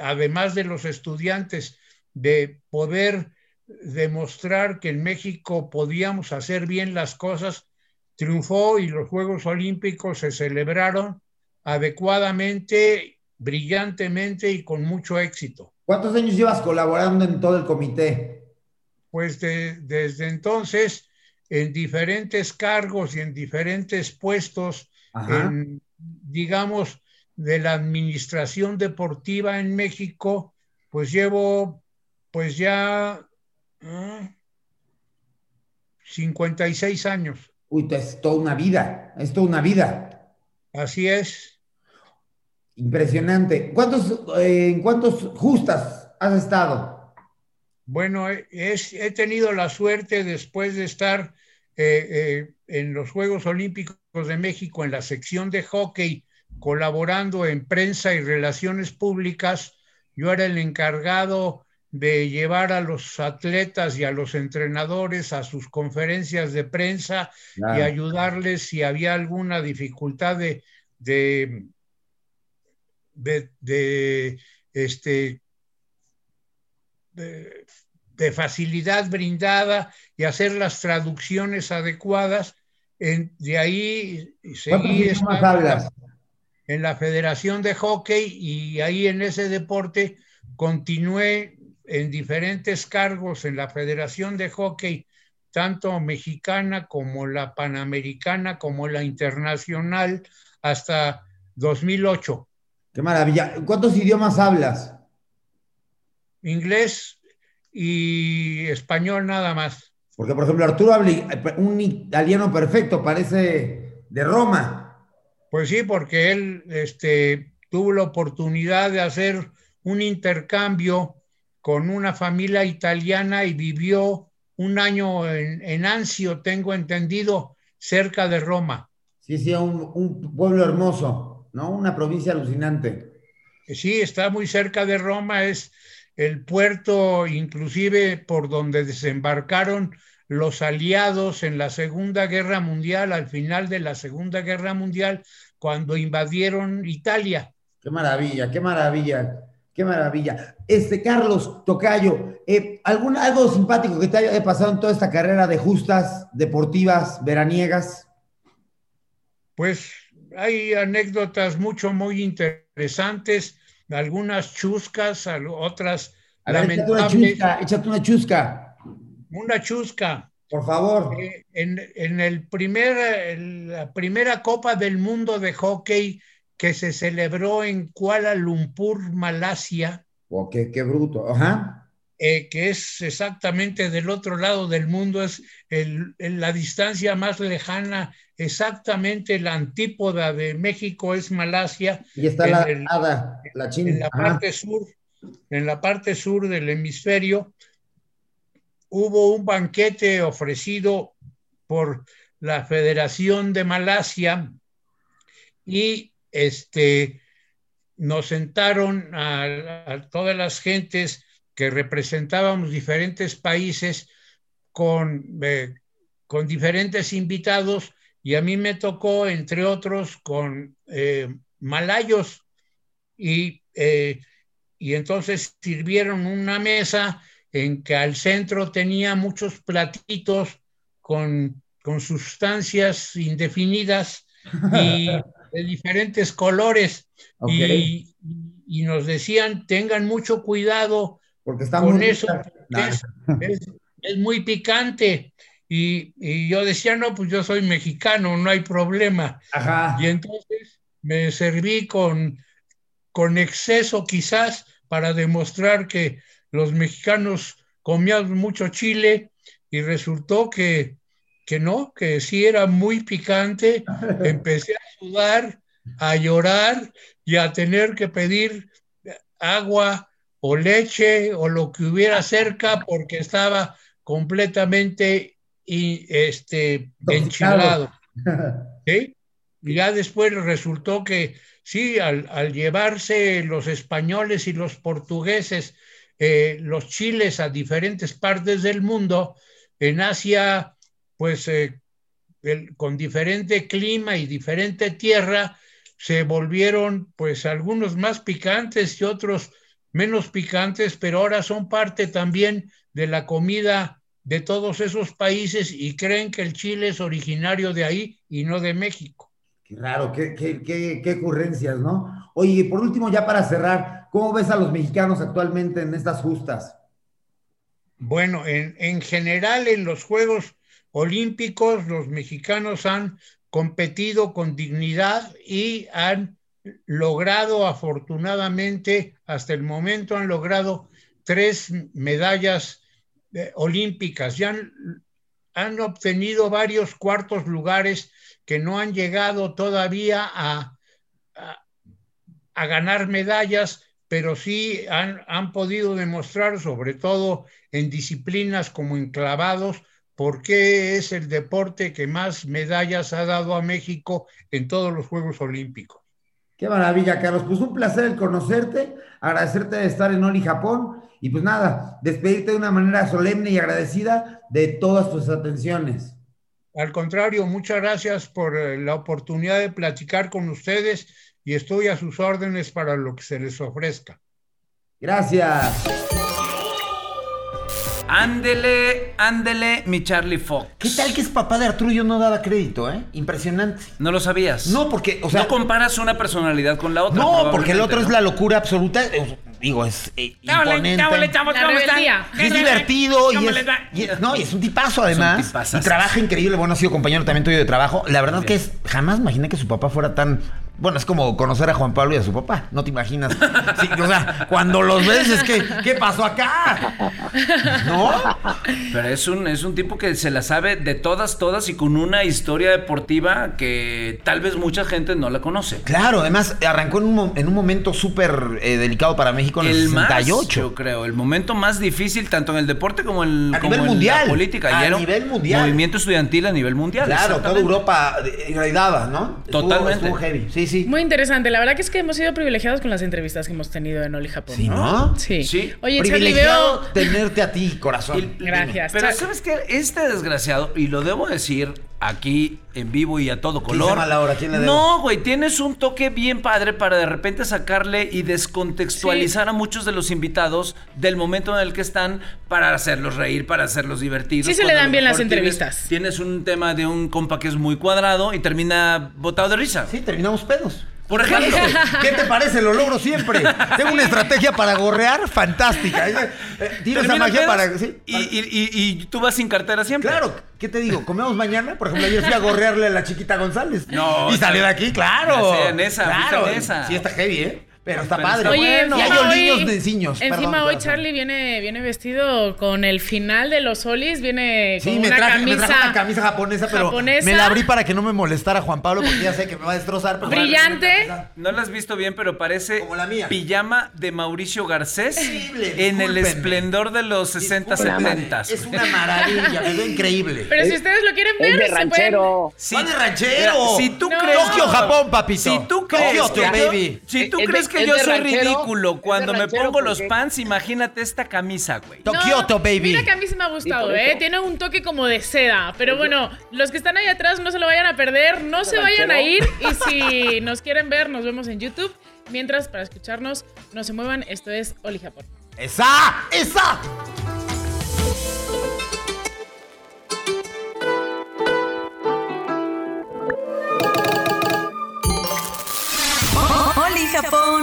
Speaker 6: además de los estudiantes, de poder demostrar que en México podíamos hacer bien las cosas, triunfó y los Juegos Olímpicos se celebraron adecuadamente, brillantemente y con mucho éxito.
Speaker 3: ¿Cuántos años llevas colaborando en todo el comité?
Speaker 6: Pues de- desde entonces, en diferentes cargos y en diferentes puestos,
Speaker 3: Ajá.
Speaker 6: en, digamos, de la administración deportiva en México, pues llevo, pues ya, ¿eh? 56 años.
Speaker 3: Uy, te- es toda una vida, es toda una vida.
Speaker 6: Así es.
Speaker 3: Impresionante. ¿Cuántos, eh, en cuántos justas has estado?
Speaker 6: Bueno, he- es, he tenido la suerte después de estar eh, eh, en los Juegos Olímpicos de México en la sección de hockey, colaborando en prensa y relaciones públicas. Yo era el encargado de llevar a los atletas y a los entrenadores a sus conferencias de prensa y ayudarles si había alguna dificultad de, de, de- de, este, de, de facilidad brindada y hacer las traducciones adecuadas. En- de ahí
Speaker 3: ¿Cuántos
Speaker 6: seguí
Speaker 3: idiomas
Speaker 6: estando en la-
Speaker 3: hablas?
Speaker 6: en la Federación de Hockey y ahí en ese deporte continué en diferentes cargos en la Federación de Hockey, tanto mexicana como la panamericana, como la internacional, hasta 2008.
Speaker 3: Qué maravilla. ¿Cuántos idiomas hablas?
Speaker 6: Inglés y español nada más.
Speaker 3: Porque, por ejemplo, Arturo habla i- un italiano perfecto, parece de Roma.
Speaker 6: Pues sí, porque él este, tuvo la oportunidad de hacer un intercambio con una familia italiana y vivió un año en, en Anzio, tengo entendido, cerca de Roma.
Speaker 3: Sí, sí, un, un pueblo hermoso, ¿no? Una provincia alucinante.
Speaker 6: Sí, está muy cerca de Roma, es el puerto inclusive por donde desembarcaron los aliados en la Segunda Guerra Mundial, al final de la Segunda Guerra Mundial, cuando invadieron Italia.
Speaker 3: Qué maravilla, qué maravilla, qué maravilla. Este, Carlos Tocayo, eh, ¿algún, algo simpático que te haya pasado en toda esta carrera de justas, deportivas, veraniegas?
Speaker 6: Pues hay anécdotas mucho, muy interesantes, algunas chuscas, al- otras
Speaker 3: A ver, échate una
Speaker 6: lamentables.
Speaker 3: chusca, échate una chusca,
Speaker 6: Una chusca.
Speaker 3: por favor.
Speaker 6: Eh, en, en el primer, en la primera Copa del Mundo de Hockey que se celebró en Kuala Lumpur, Malasia,
Speaker 3: Oh, qué, qué bruto, ajá.
Speaker 6: eh, que es exactamente del otro lado del mundo, es el, el- la distancia más lejana, exactamente la antípoda de México es Malasia,
Speaker 3: Y está
Speaker 6: En
Speaker 3: la
Speaker 6: el-
Speaker 3: hada, la china.
Speaker 6: en la
Speaker 3: Ajá.
Speaker 6: parte sur, en la parte sur del hemisferio, hubo un banquete ofrecido por la Federación de Malasia y este nos sentaron a, a todas las gentes que representábamos diferentes países con, eh, con diferentes invitados y a mí me tocó, entre otros, con eh, malayos y, eh, y entonces sirvieron una mesa en que al centro tenía muchos platitos con, con sustancias indefinidas y de diferentes colores
Speaker 3: Ok,
Speaker 6: y, y nos decían tengan mucho cuidado
Speaker 3: porque está
Speaker 6: con
Speaker 3: muy
Speaker 6: eso
Speaker 3: rica. Nah.
Speaker 6: es, es- es muy picante y, y yo decía no pues yo soy mexicano no hay problema
Speaker 3: Ajá.
Speaker 6: y entonces me serví con, con exceso quizás para demostrar que los mexicanos comían mucho chile y resultó que, que no, que sí era muy picante. Empecé a sudar, a llorar y a tener que pedir agua o leche o lo que hubiera cerca porque estaba completamente y, este, enchilado. ¿sí? Y ya después resultó que sí, al, al llevarse los españoles y los portugueses eh, los chiles a diferentes partes del mundo, en Asia, pues eh, el- con diferente clima y diferente tierra, se volvieron pues algunos más picantes y otros menos picantes, pero ahora son parte también de la comida de todos esos países y creen que el chile es originario de ahí y no de México.
Speaker 3: Qué raro, qué, qué, qué, qué ocurrencias, ¿no? Oye, y por último, ya para cerrar, ¿cómo ves a los mexicanos actualmente en estas justas?
Speaker 6: Bueno, en, en general en los Juegos Olímpicos los mexicanos han competido con dignidad y han logrado, afortunadamente, hasta el momento han logrado tres medallas eh, olímpicas. Ya han, han obtenido varios cuartos lugares que no han llegado todavía a, a- a ganar medallas, pero sí han, han podido demostrar, sobre todo en disciplinas como enclavados, por qué es el deporte que más medallas ha dado a México en todos los Juegos Olímpicos.
Speaker 3: Qué maravilla, Carlos. Pues un placer el conocerte, agradecerte de estar en Oli Japón y pues nada, despedirte de una manera solemne y agradecida de todas tus atenciones.
Speaker 6: Al contrario, muchas gracias por eh, la oportunidad de platicar con ustedes y estoy a sus órdenes para lo que se les ofrezca.
Speaker 3: Gracias.
Speaker 2: Ándele, ándele, mi Charlie Fox.
Speaker 7: ¿Qué tal que es papá de Arturo? Yo no daba crédito, ¿eh? Impresionante.
Speaker 2: ¿No lo sabías?
Speaker 7: No, porque, o sea,
Speaker 2: no comparas una personalidad con la otra.
Speaker 7: no, porque el
Speaker 2: probablemente,
Speaker 7: otro es
Speaker 2: ¿no?
Speaker 7: la locura absoluta. eh, Digo, es eh,
Speaker 2: Chábale, chábale,
Speaker 7: imponente.
Speaker 2: chavos,
Speaker 5: La
Speaker 2: ¿cómo están?
Speaker 5: rebeldía.
Speaker 7: Y es divertido y
Speaker 2: ¿Cómo
Speaker 7: es,
Speaker 2: les va?
Speaker 7: y es- no, y es un tipazo además.
Speaker 2: tipazazo.
Speaker 7: y trabaja increíble. Bueno, ha sido compañero también tuyo de trabajo. La verdad que es, jamás imaginé que su papá fuera tan. Bueno, es como conocer a Juan Pablo y a su papá. No te imaginas. Sí, o sea, cuando los ves es que, ¿qué pasó acá? ¿No?
Speaker 2: Pero es un, es un tipo que se la sabe de todas, todas y con una historia deportiva que tal vez mucha gente no la conoce.
Speaker 7: Claro, además arrancó en un, mo- en un momento súper eh, delicado para México en el,
Speaker 2: el más,
Speaker 7: 68.
Speaker 2: yo creo, el momento más difícil tanto en el deporte como en,
Speaker 7: A
Speaker 2: como
Speaker 7: nivel
Speaker 2: en
Speaker 7: mundial.
Speaker 2: la política.
Speaker 7: A
Speaker 2: Y era un
Speaker 7: nivel mundial.
Speaker 2: Movimiento estudiantil a nivel mundial.
Speaker 7: Claro, toda
Speaker 2: exactamente.
Speaker 7: Europa eh, raidaba, ¿no? Estuvo-
Speaker 2: Totalmente.
Speaker 7: Estuvo, heavy. Sí, sí.
Speaker 5: Muy interesante. La verdad que es que hemos sido privilegiados con las entrevistas que hemos tenido en Oli Japón.
Speaker 7: Sí, ¿no?
Speaker 5: Sí.
Speaker 2: Sí.
Speaker 5: Oye, Charlie,
Speaker 7: Privilegiado
Speaker 5: veo.
Speaker 7: tenerte a ti, corazón.
Speaker 2: Y-
Speaker 5: Gracias.
Speaker 2: Pero
Speaker 5: Char-
Speaker 2: sabes que este desgraciado, y lo debo decir aquí en vivo y a todo
Speaker 7: ¿Quién se
Speaker 2: color.
Speaker 7: llama Laura? ¿Quién le debo?
Speaker 2: No, güey, tienes un toque bien padre para de repente sacarle y descontextualizar a muchos de los invitados del momento en el que están para hacerlos reír, para hacerlos divertidos.
Speaker 5: Sí se
Speaker 2: cuando
Speaker 5: le
Speaker 2: a lo
Speaker 5: dan bien las
Speaker 2: mejor tienes-
Speaker 5: entrevistas.
Speaker 2: Tienes, un tema de un compa que es muy cuadrado y termina botado de risa.
Speaker 7: Sí, terminamos pedos.
Speaker 2: Por ejemplo.
Speaker 7: ¿Qué te parece? Lo logro siempre. Tengo una estrategia para gorrear fantástica. Eh, eh, Tiro esa
Speaker 2: termina
Speaker 7: magia
Speaker 2: pedos
Speaker 7: para. sí,
Speaker 2: y,
Speaker 7: para-
Speaker 2: y- y- y tú vas sin cartera siempre.
Speaker 7: Claro, ¿qué te digo? ¿Comemos mañana? Por ejemplo, ayer fui a gorrearle a la chiquita González.
Speaker 2: No,
Speaker 7: Y salió de
Speaker 2: está-
Speaker 7: aquí, claro.
Speaker 2: Ya sé, en esa,
Speaker 7: claro.
Speaker 2: fuiste en esa.
Speaker 7: Sí, está heavy, ¿eh? Pero está padre.
Speaker 5: Oye,
Speaker 7: Bueno,
Speaker 5: encima hoy-
Speaker 7: hay niños de ciños.
Speaker 5: Encima
Speaker 7: perdón,
Speaker 5: hoy
Speaker 7: corazón.
Speaker 5: Charlie viene, viene vestido con el final de los Olis, viene con
Speaker 7: Sí, me
Speaker 5: una
Speaker 7: traje, me
Speaker 5: camisa.
Speaker 7: traje una camisa japonesa, pero
Speaker 5: japonesa.
Speaker 7: me la abrí para que no me molestara Juan Pablo, porque ya sé que me va a destrozar. pero-
Speaker 5: Brillante.
Speaker 2: No la has visto bien, pero parece
Speaker 7: Como la mía.
Speaker 2: pijama de Mauricio Garcés
Speaker 7: Horrible,
Speaker 2: en el
Speaker 7: discúlpenme.
Speaker 2: esplendor de los 60,
Speaker 7: Discúlpenme,
Speaker 2: 70.
Speaker 7: Es una maravilla, me veo increíble.
Speaker 5: Pero si ustedes lo quieren ver,
Speaker 4: Es de
Speaker 5: se pueden-
Speaker 4: ranchero.
Speaker 2: Si,
Speaker 7: ¡Van de ranchero!
Speaker 2: Si tú
Speaker 5: No.
Speaker 2: crees
Speaker 7: Tokio, Japón, papito.
Speaker 2: Si tú crees
Speaker 7: Tokio,
Speaker 2: que yo,
Speaker 7: baby.
Speaker 2: si tú
Speaker 4: Es de-
Speaker 2: crees que
Speaker 4: es
Speaker 2: yo
Speaker 4: de
Speaker 2: soy
Speaker 4: ranchero, es
Speaker 2: ridículo
Speaker 4: de
Speaker 2: cuando me
Speaker 4: ranchero
Speaker 2: pongo los
Speaker 4: porque-
Speaker 2: pants, imagínate esta camisa, güey.
Speaker 7: To- Kyoto, baby.
Speaker 5: Mira que a mí sí me ha gustado,
Speaker 4: Sí, por eso.
Speaker 5: ¿eh? Tiene un toque como de seda. Pero bueno, los que están ahí atrás no se lo vayan a perder, no se vayan a ir. Y si nos quieren ver, nos vemos en YouTube. Mientras, para escucharnos, no se muevan. Esto es Oli Japón.
Speaker 7: ¡Esa! ¡Esa!
Speaker 1: Oli Japón.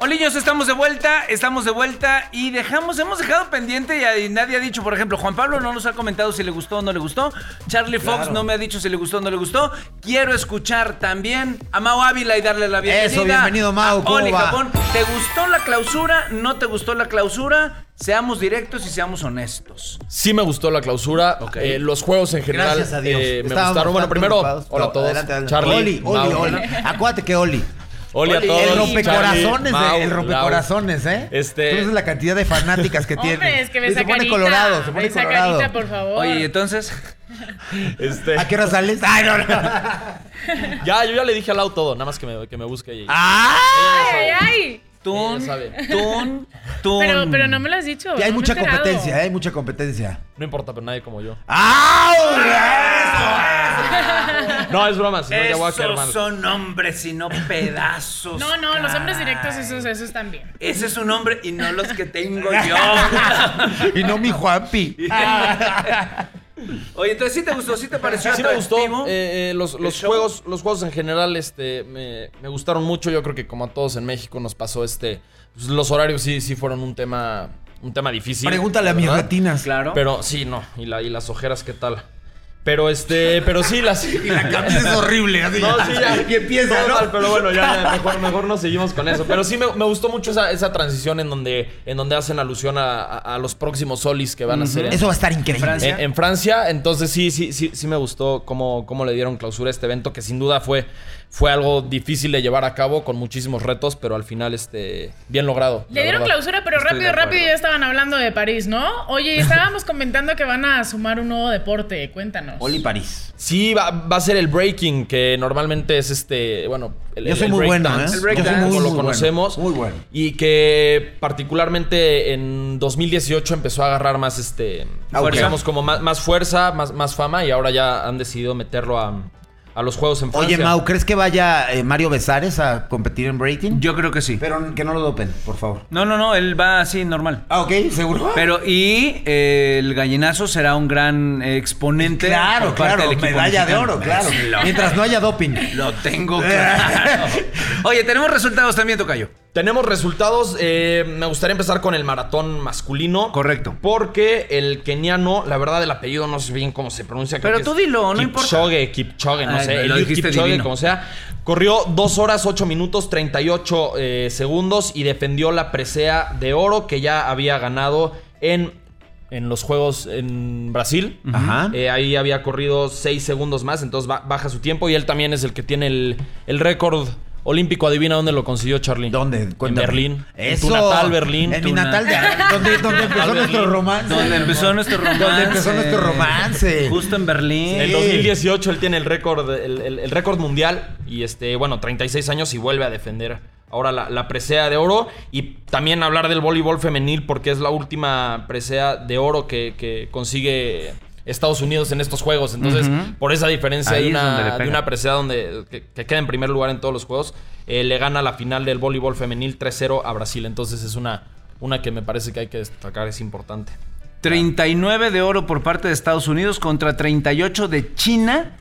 Speaker 2: Oliños, Oh, estamos de vuelta, estamos de vuelta y dejamos, hemos dejado pendiente y ahí nadie ha dicho, por ejemplo, Juan Pablo no nos ha comentado si le gustó o no le gustó, Charlie Fox
Speaker 7: Claro.
Speaker 2: no me ha dicho si le gustó o no le gustó, quiero escuchar también a Mau Ávila y darle la bienvenida.
Speaker 7: Eso, bienvenido, Mau,
Speaker 2: a
Speaker 7: ¿cómo
Speaker 2: Oli
Speaker 7: va?
Speaker 2: Japón, ¿te gustó la clausura? ¿No te gustó la clausura? Seamos directos y seamos honestos.
Speaker 8: Sí me gustó la clausura.
Speaker 2: Ok.
Speaker 8: Eh, los juegos en general
Speaker 7: Gracias a Dios.
Speaker 8: eh, me
Speaker 7: Estábamos
Speaker 8: gustaron. Bueno,
Speaker 7: tan
Speaker 8: primero,
Speaker 7: preocupados.
Speaker 8: hola a
Speaker 7: No,
Speaker 8: todos.
Speaker 7: adelante, adelante.
Speaker 8: Charlie,
Speaker 7: Oli, Oli,
Speaker 8: Mau.
Speaker 7: Oli. Acuérdate que Oli.
Speaker 8: Oli a
Speaker 5: Oli,
Speaker 8: todos.
Speaker 7: El
Speaker 5: Oli,
Speaker 8: Charlie,
Speaker 7: rompecorazones,
Speaker 8: Mau,
Speaker 7: de- el
Speaker 8: Lau.
Speaker 7: rompecorazones, ¿eh?
Speaker 8: Este-
Speaker 7: Entonces la cantidad de fanáticas que tiene.
Speaker 5: Hombre, es que me
Speaker 7: se
Speaker 5: esa
Speaker 7: pone
Speaker 5: carita.
Speaker 7: colorado, se pone
Speaker 5: esa
Speaker 7: colorado.
Speaker 5: carita, por favor.
Speaker 2: Oye, y entonces,
Speaker 8: Este,
Speaker 7: ¿A qué hora sales? ¡Ay, no, no!
Speaker 8: ya, yo ya le dije a Lau todo, nada más que me, que me busque y.
Speaker 7: ¡Ah!
Speaker 5: ay, ay.
Speaker 2: tun,
Speaker 8: Ella sabe.
Speaker 2: tun, tun.
Speaker 5: Pero, pero no me lo has dicho.
Speaker 7: Y
Speaker 5: no me
Speaker 7: hay
Speaker 5: he
Speaker 7: mucha
Speaker 5: enterado.
Speaker 7: competencia, ¿eh? hay mucha competencia.
Speaker 8: No importa, pero nadie como yo.
Speaker 7: ¡Ah!
Speaker 8: No, es broma, si no, ya voy a caer mal.
Speaker 2: Esos son hombres y no
Speaker 7: ¿eh?
Speaker 2: pedazos.
Speaker 5: No, no, los
Speaker 7: Ah.
Speaker 5: hombres directos,
Speaker 2: caray.
Speaker 5: esos, esos también.
Speaker 2: Ese es un hombre y no los que tengo yo.
Speaker 7: Y no mi Juanpi.
Speaker 2: Oye, entonces sí te gustó, sí te pareció
Speaker 8: Sí me gustó.
Speaker 2: atractivo?
Speaker 8: eh, eh, los, los
Speaker 2: show.
Speaker 8: juegos, los juegos en general, este, me, me gustaron mucho. Yo creo que como a todos en México nos pasó este, pues, los horarios sí, sí fueron un tema, un tema difícil.
Speaker 7: Pregúntale a mis
Speaker 8: ¿verdad?
Speaker 7: ratinas.
Speaker 2: claro.
Speaker 8: Pero sí, no. Y, la, y las ojeras, ¿qué tal? Pero este, pero sí las.
Speaker 7: Y la camisa es horrible. Así
Speaker 8: No, sí, ya.
Speaker 7: Y empieza,
Speaker 8: Todo
Speaker 7: ¿no?
Speaker 8: mal, pero bueno, ya, ya, mejor, mejor nos seguimos con eso. Pero sí me, me gustó mucho esa, esa transición en donde, en donde hacen alusión a, a- a los próximos solis que van a hacer. en-
Speaker 7: Eso va a estar increíble.
Speaker 2: Francia.
Speaker 8: en, en Francia, entonces sí, sí, sí, sí me gustó cómo, cómo le dieron clausura a este evento, que sin duda fue, fue algo difícil de llevar a cabo, con muchísimos retos, pero al final este, bien logrado.
Speaker 5: Le
Speaker 8: la
Speaker 5: dieron
Speaker 8: verdad.
Speaker 5: clausura, pero
Speaker 2: Estoy de
Speaker 5: rápido,
Speaker 2: acuerdo.
Speaker 5: rápido ya estaban hablando de París, ¿no? Oye, y estábamos comentando que van a sumar un nuevo deporte, cuéntanos.
Speaker 7: Oli París.
Speaker 8: Sí, va, va a ser el breaking, que normalmente es este, bueno, el,
Speaker 7: Yo
Speaker 8: el-
Speaker 7: soy
Speaker 8: el
Speaker 7: muy bueno,
Speaker 8: breakdance,
Speaker 7: ¿eh?
Speaker 2: El
Speaker 8: como
Speaker 2: breakdance.
Speaker 8: lo
Speaker 7: Yo soy muy, muy
Speaker 8: conocemos.
Speaker 7: bueno, muy bueno.
Speaker 8: Y que particularmente en 2018 empezó a agarrar más este,
Speaker 7: Fuerza.
Speaker 8: digamos como más, más fuerza, más, más fama y ahora ya han decidido meterlo a, a los juegos en Francia.
Speaker 7: Oye, Mau, ¿crees que vaya eh, Mario Besares a competir en breaking?
Speaker 2: Yo creo que sí.
Speaker 7: Pero que no lo dopen, por favor.
Speaker 2: No, no, no, él va así normal.
Speaker 7: Ah, ok, seguro.
Speaker 2: Pero y eh, el gallinazo será un gran exponente.
Speaker 7: claro,
Speaker 2: por parte
Speaker 7: claro.
Speaker 2: del equipo
Speaker 7: Medalla de
Speaker 2: mexicano.
Speaker 7: oro, claro. Mientras no haya doping.
Speaker 2: Lo tengo claro. Oye, tenemos resultados también, Tocayo.
Speaker 8: Tenemos resultados. eh, me gustaría empezar con el maratón masculino.
Speaker 2: Correcto.
Speaker 8: Porque el keniano, la verdad, el apellido no sé bien cómo se pronuncia. creo
Speaker 2: Pero
Speaker 8: que
Speaker 2: tú
Speaker 8: es
Speaker 2: dilo, no importa.
Speaker 8: Kipchoge, Kipchoge, no
Speaker 2: Ay,
Speaker 8: sé.
Speaker 2: me
Speaker 8: El
Speaker 2: lo dijiste
Speaker 8: Kipchoge,
Speaker 2: divino.
Speaker 8: como sea. Corrió 2 horas, 8 minutos, 38 eh, segundos y defendió la presea de oro que ya había ganado en, en los Juegos en Brasil.
Speaker 7: Ajá.
Speaker 8: Eh, ahí había corrido 6 segundos más, entonces ba- baja su tiempo y él también es el que tiene el, el récord olímpico. Adivina dónde lo consiguió Charlie.
Speaker 7: ¿Dónde? Cuéntame.
Speaker 8: En Berlín.
Speaker 7: Eso.
Speaker 8: En tu natal Berlín.
Speaker 7: En mi
Speaker 2: Tu
Speaker 7: natal de donde, donde empezó nuestro romance.
Speaker 2: Donde empezó nuestro romance.
Speaker 7: Donde empezó nuestro romance.
Speaker 2: Justo en Berlín.
Speaker 8: En el 2018 él tiene el récord, el, el- el récord mundial y este, bueno, 36 años y vuelve a defender ahora la, la presea de oro y también hablar del voleibol femenil porque es la última presea de oro que, que consigue Estados Unidos en estos juegos. Entonces,
Speaker 2: Ujú.
Speaker 8: por esa diferencia
Speaker 2: Ahí
Speaker 8: de
Speaker 2: es donde le
Speaker 8: una,
Speaker 2: pega.
Speaker 8: de una presea donde que, que queda en primer lugar en todos los juegos, eh, le gana la final del voleibol femenil 3-0 a Brasil. Entonces es una, una que me parece que hay que destacar, es importante.
Speaker 2: 39 de oro por parte de Estados Unidos contra 38 de China.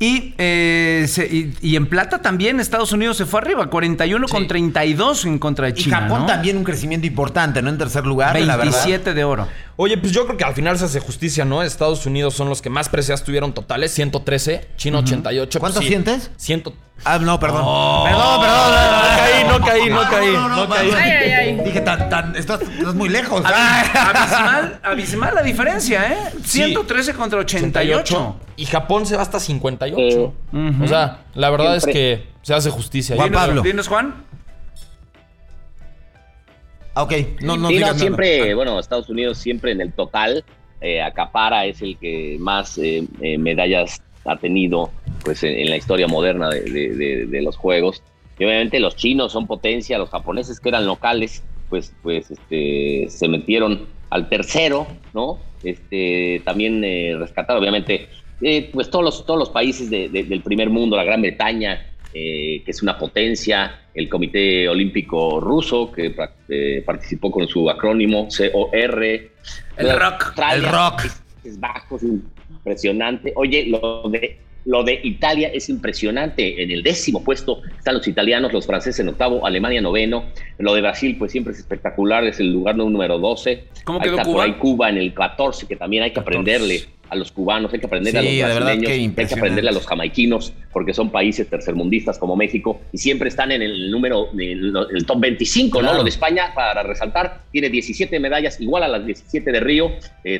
Speaker 2: Y, eh, se- y- y en plata también Estados Unidos se fue arriba, 41 con 32 en contra de
Speaker 3: Y
Speaker 2: China.
Speaker 3: Japón
Speaker 2: ¿no?
Speaker 3: también un crecimiento importante, ¿no? En tercer lugar, la verdad.
Speaker 2: 27 de oro.
Speaker 8: Oye, pues yo creo que al final se hace justicia, ¿no? Estados Unidos son los que más preseas tuvieron totales, 113, China 88.
Speaker 3: ¿Cuántos
Speaker 8: pues sí,
Speaker 3: sientes?
Speaker 8: 100.
Speaker 3: Ah, no, perdón.
Speaker 8: Perdón, perdón, no caí, Oh. no caí, no caí,
Speaker 3: No, no, no,
Speaker 8: no caí.
Speaker 3: perdón.
Speaker 5: Ay, ay, ay.
Speaker 3: Dije, tan, tan, estás, estás muy lejos.
Speaker 2: Abismal, abismal la diferencia, ¿eh? 113 contra 88.
Speaker 8: Y Japón se va hasta 58.
Speaker 4: Eh,
Speaker 8: O sea, la verdad es
Speaker 4: Siempre.
Speaker 8: que se hace justicia.
Speaker 3: Juan
Speaker 2: Dinos,
Speaker 3: Pablo.
Speaker 2: dinos, Juan.
Speaker 3: Ah, ok. No, no
Speaker 4: Sí, no,
Speaker 3: digas nada. Ah.
Speaker 4: siempre, bueno, Estados Unidos siempre en el total eh, acapara, es el que más eh, eh, medallas ha tenido pues en, en la historia moderna de, de- de- de los Juegos. Y obviamente los chinos son potencia, los japoneses que eran locales, pues, pues este, se metieron al tercero, ¿no? Este, también eh, rescatar, obviamente, eh, pues todos los, todos los países de- de- del primer mundo, la Gran Bretaña, eh, que es una potencia, el Comité Olímpico Ruso, que pra- eh, participó con su acrónimo COR.
Speaker 2: El rock,
Speaker 4: Australia,
Speaker 3: el rock.
Speaker 4: Países Bajos, impresionante. Oye, lo de, lo de Italia es impresionante. En el décimo puesto están los italianos, los franceses en octavo, Alemania noveno. Lo de Brasil, pues siempre es espectacular, es el lugar número 12.
Speaker 2: ¿Cómo
Speaker 4: Ahí
Speaker 2: quedó
Speaker 4: está por
Speaker 2: Cuba?
Speaker 4: ahí Cuba en el 14, que también hay que
Speaker 2: 14.
Speaker 4: aprenderle a los cubanos, hay que aprenderle
Speaker 3: Sí, de
Speaker 4: a los
Speaker 3: verdad,
Speaker 4: brasileños,
Speaker 3: qué
Speaker 4: hay que aprenderle a
Speaker 3: impresionante.
Speaker 4: los jamaiquinos, porque son países tercermundistas como México y siempre están en el número, en lo- el top 25, ¿no?
Speaker 3: Claro.
Speaker 4: Lo de España, para resaltar, tiene 17 medallas, igual a las 17 de Río,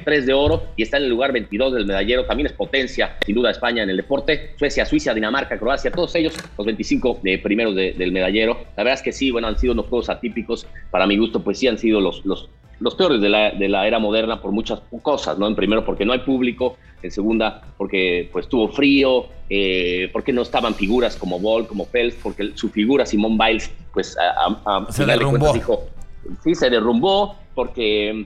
Speaker 4: 3 de oro y está en el lugar 22 del medallero. También es potencia, sin duda, España en el deporte. Suecia, Suiza, Dinamarca, Croacia, todos ellos, los 25 de primeros de- del medallero. La verdad es que sí, bueno, han sido unos juegos atípicos. Para mi gusto, pues sí han sido los, los, los peores de la, de la era moderna por muchas cosas, ¿no? En primero, porque no hay público. En segunda, porque pues tuvo frío, eh, porque no estaban figuras como Ball, como Phelps, porque su figura, Simón Biles, pues a, a- a-
Speaker 3: Se
Speaker 4: al final de
Speaker 3: derrumbó.
Speaker 4: cuentas dijo, sí, se derrumbó porque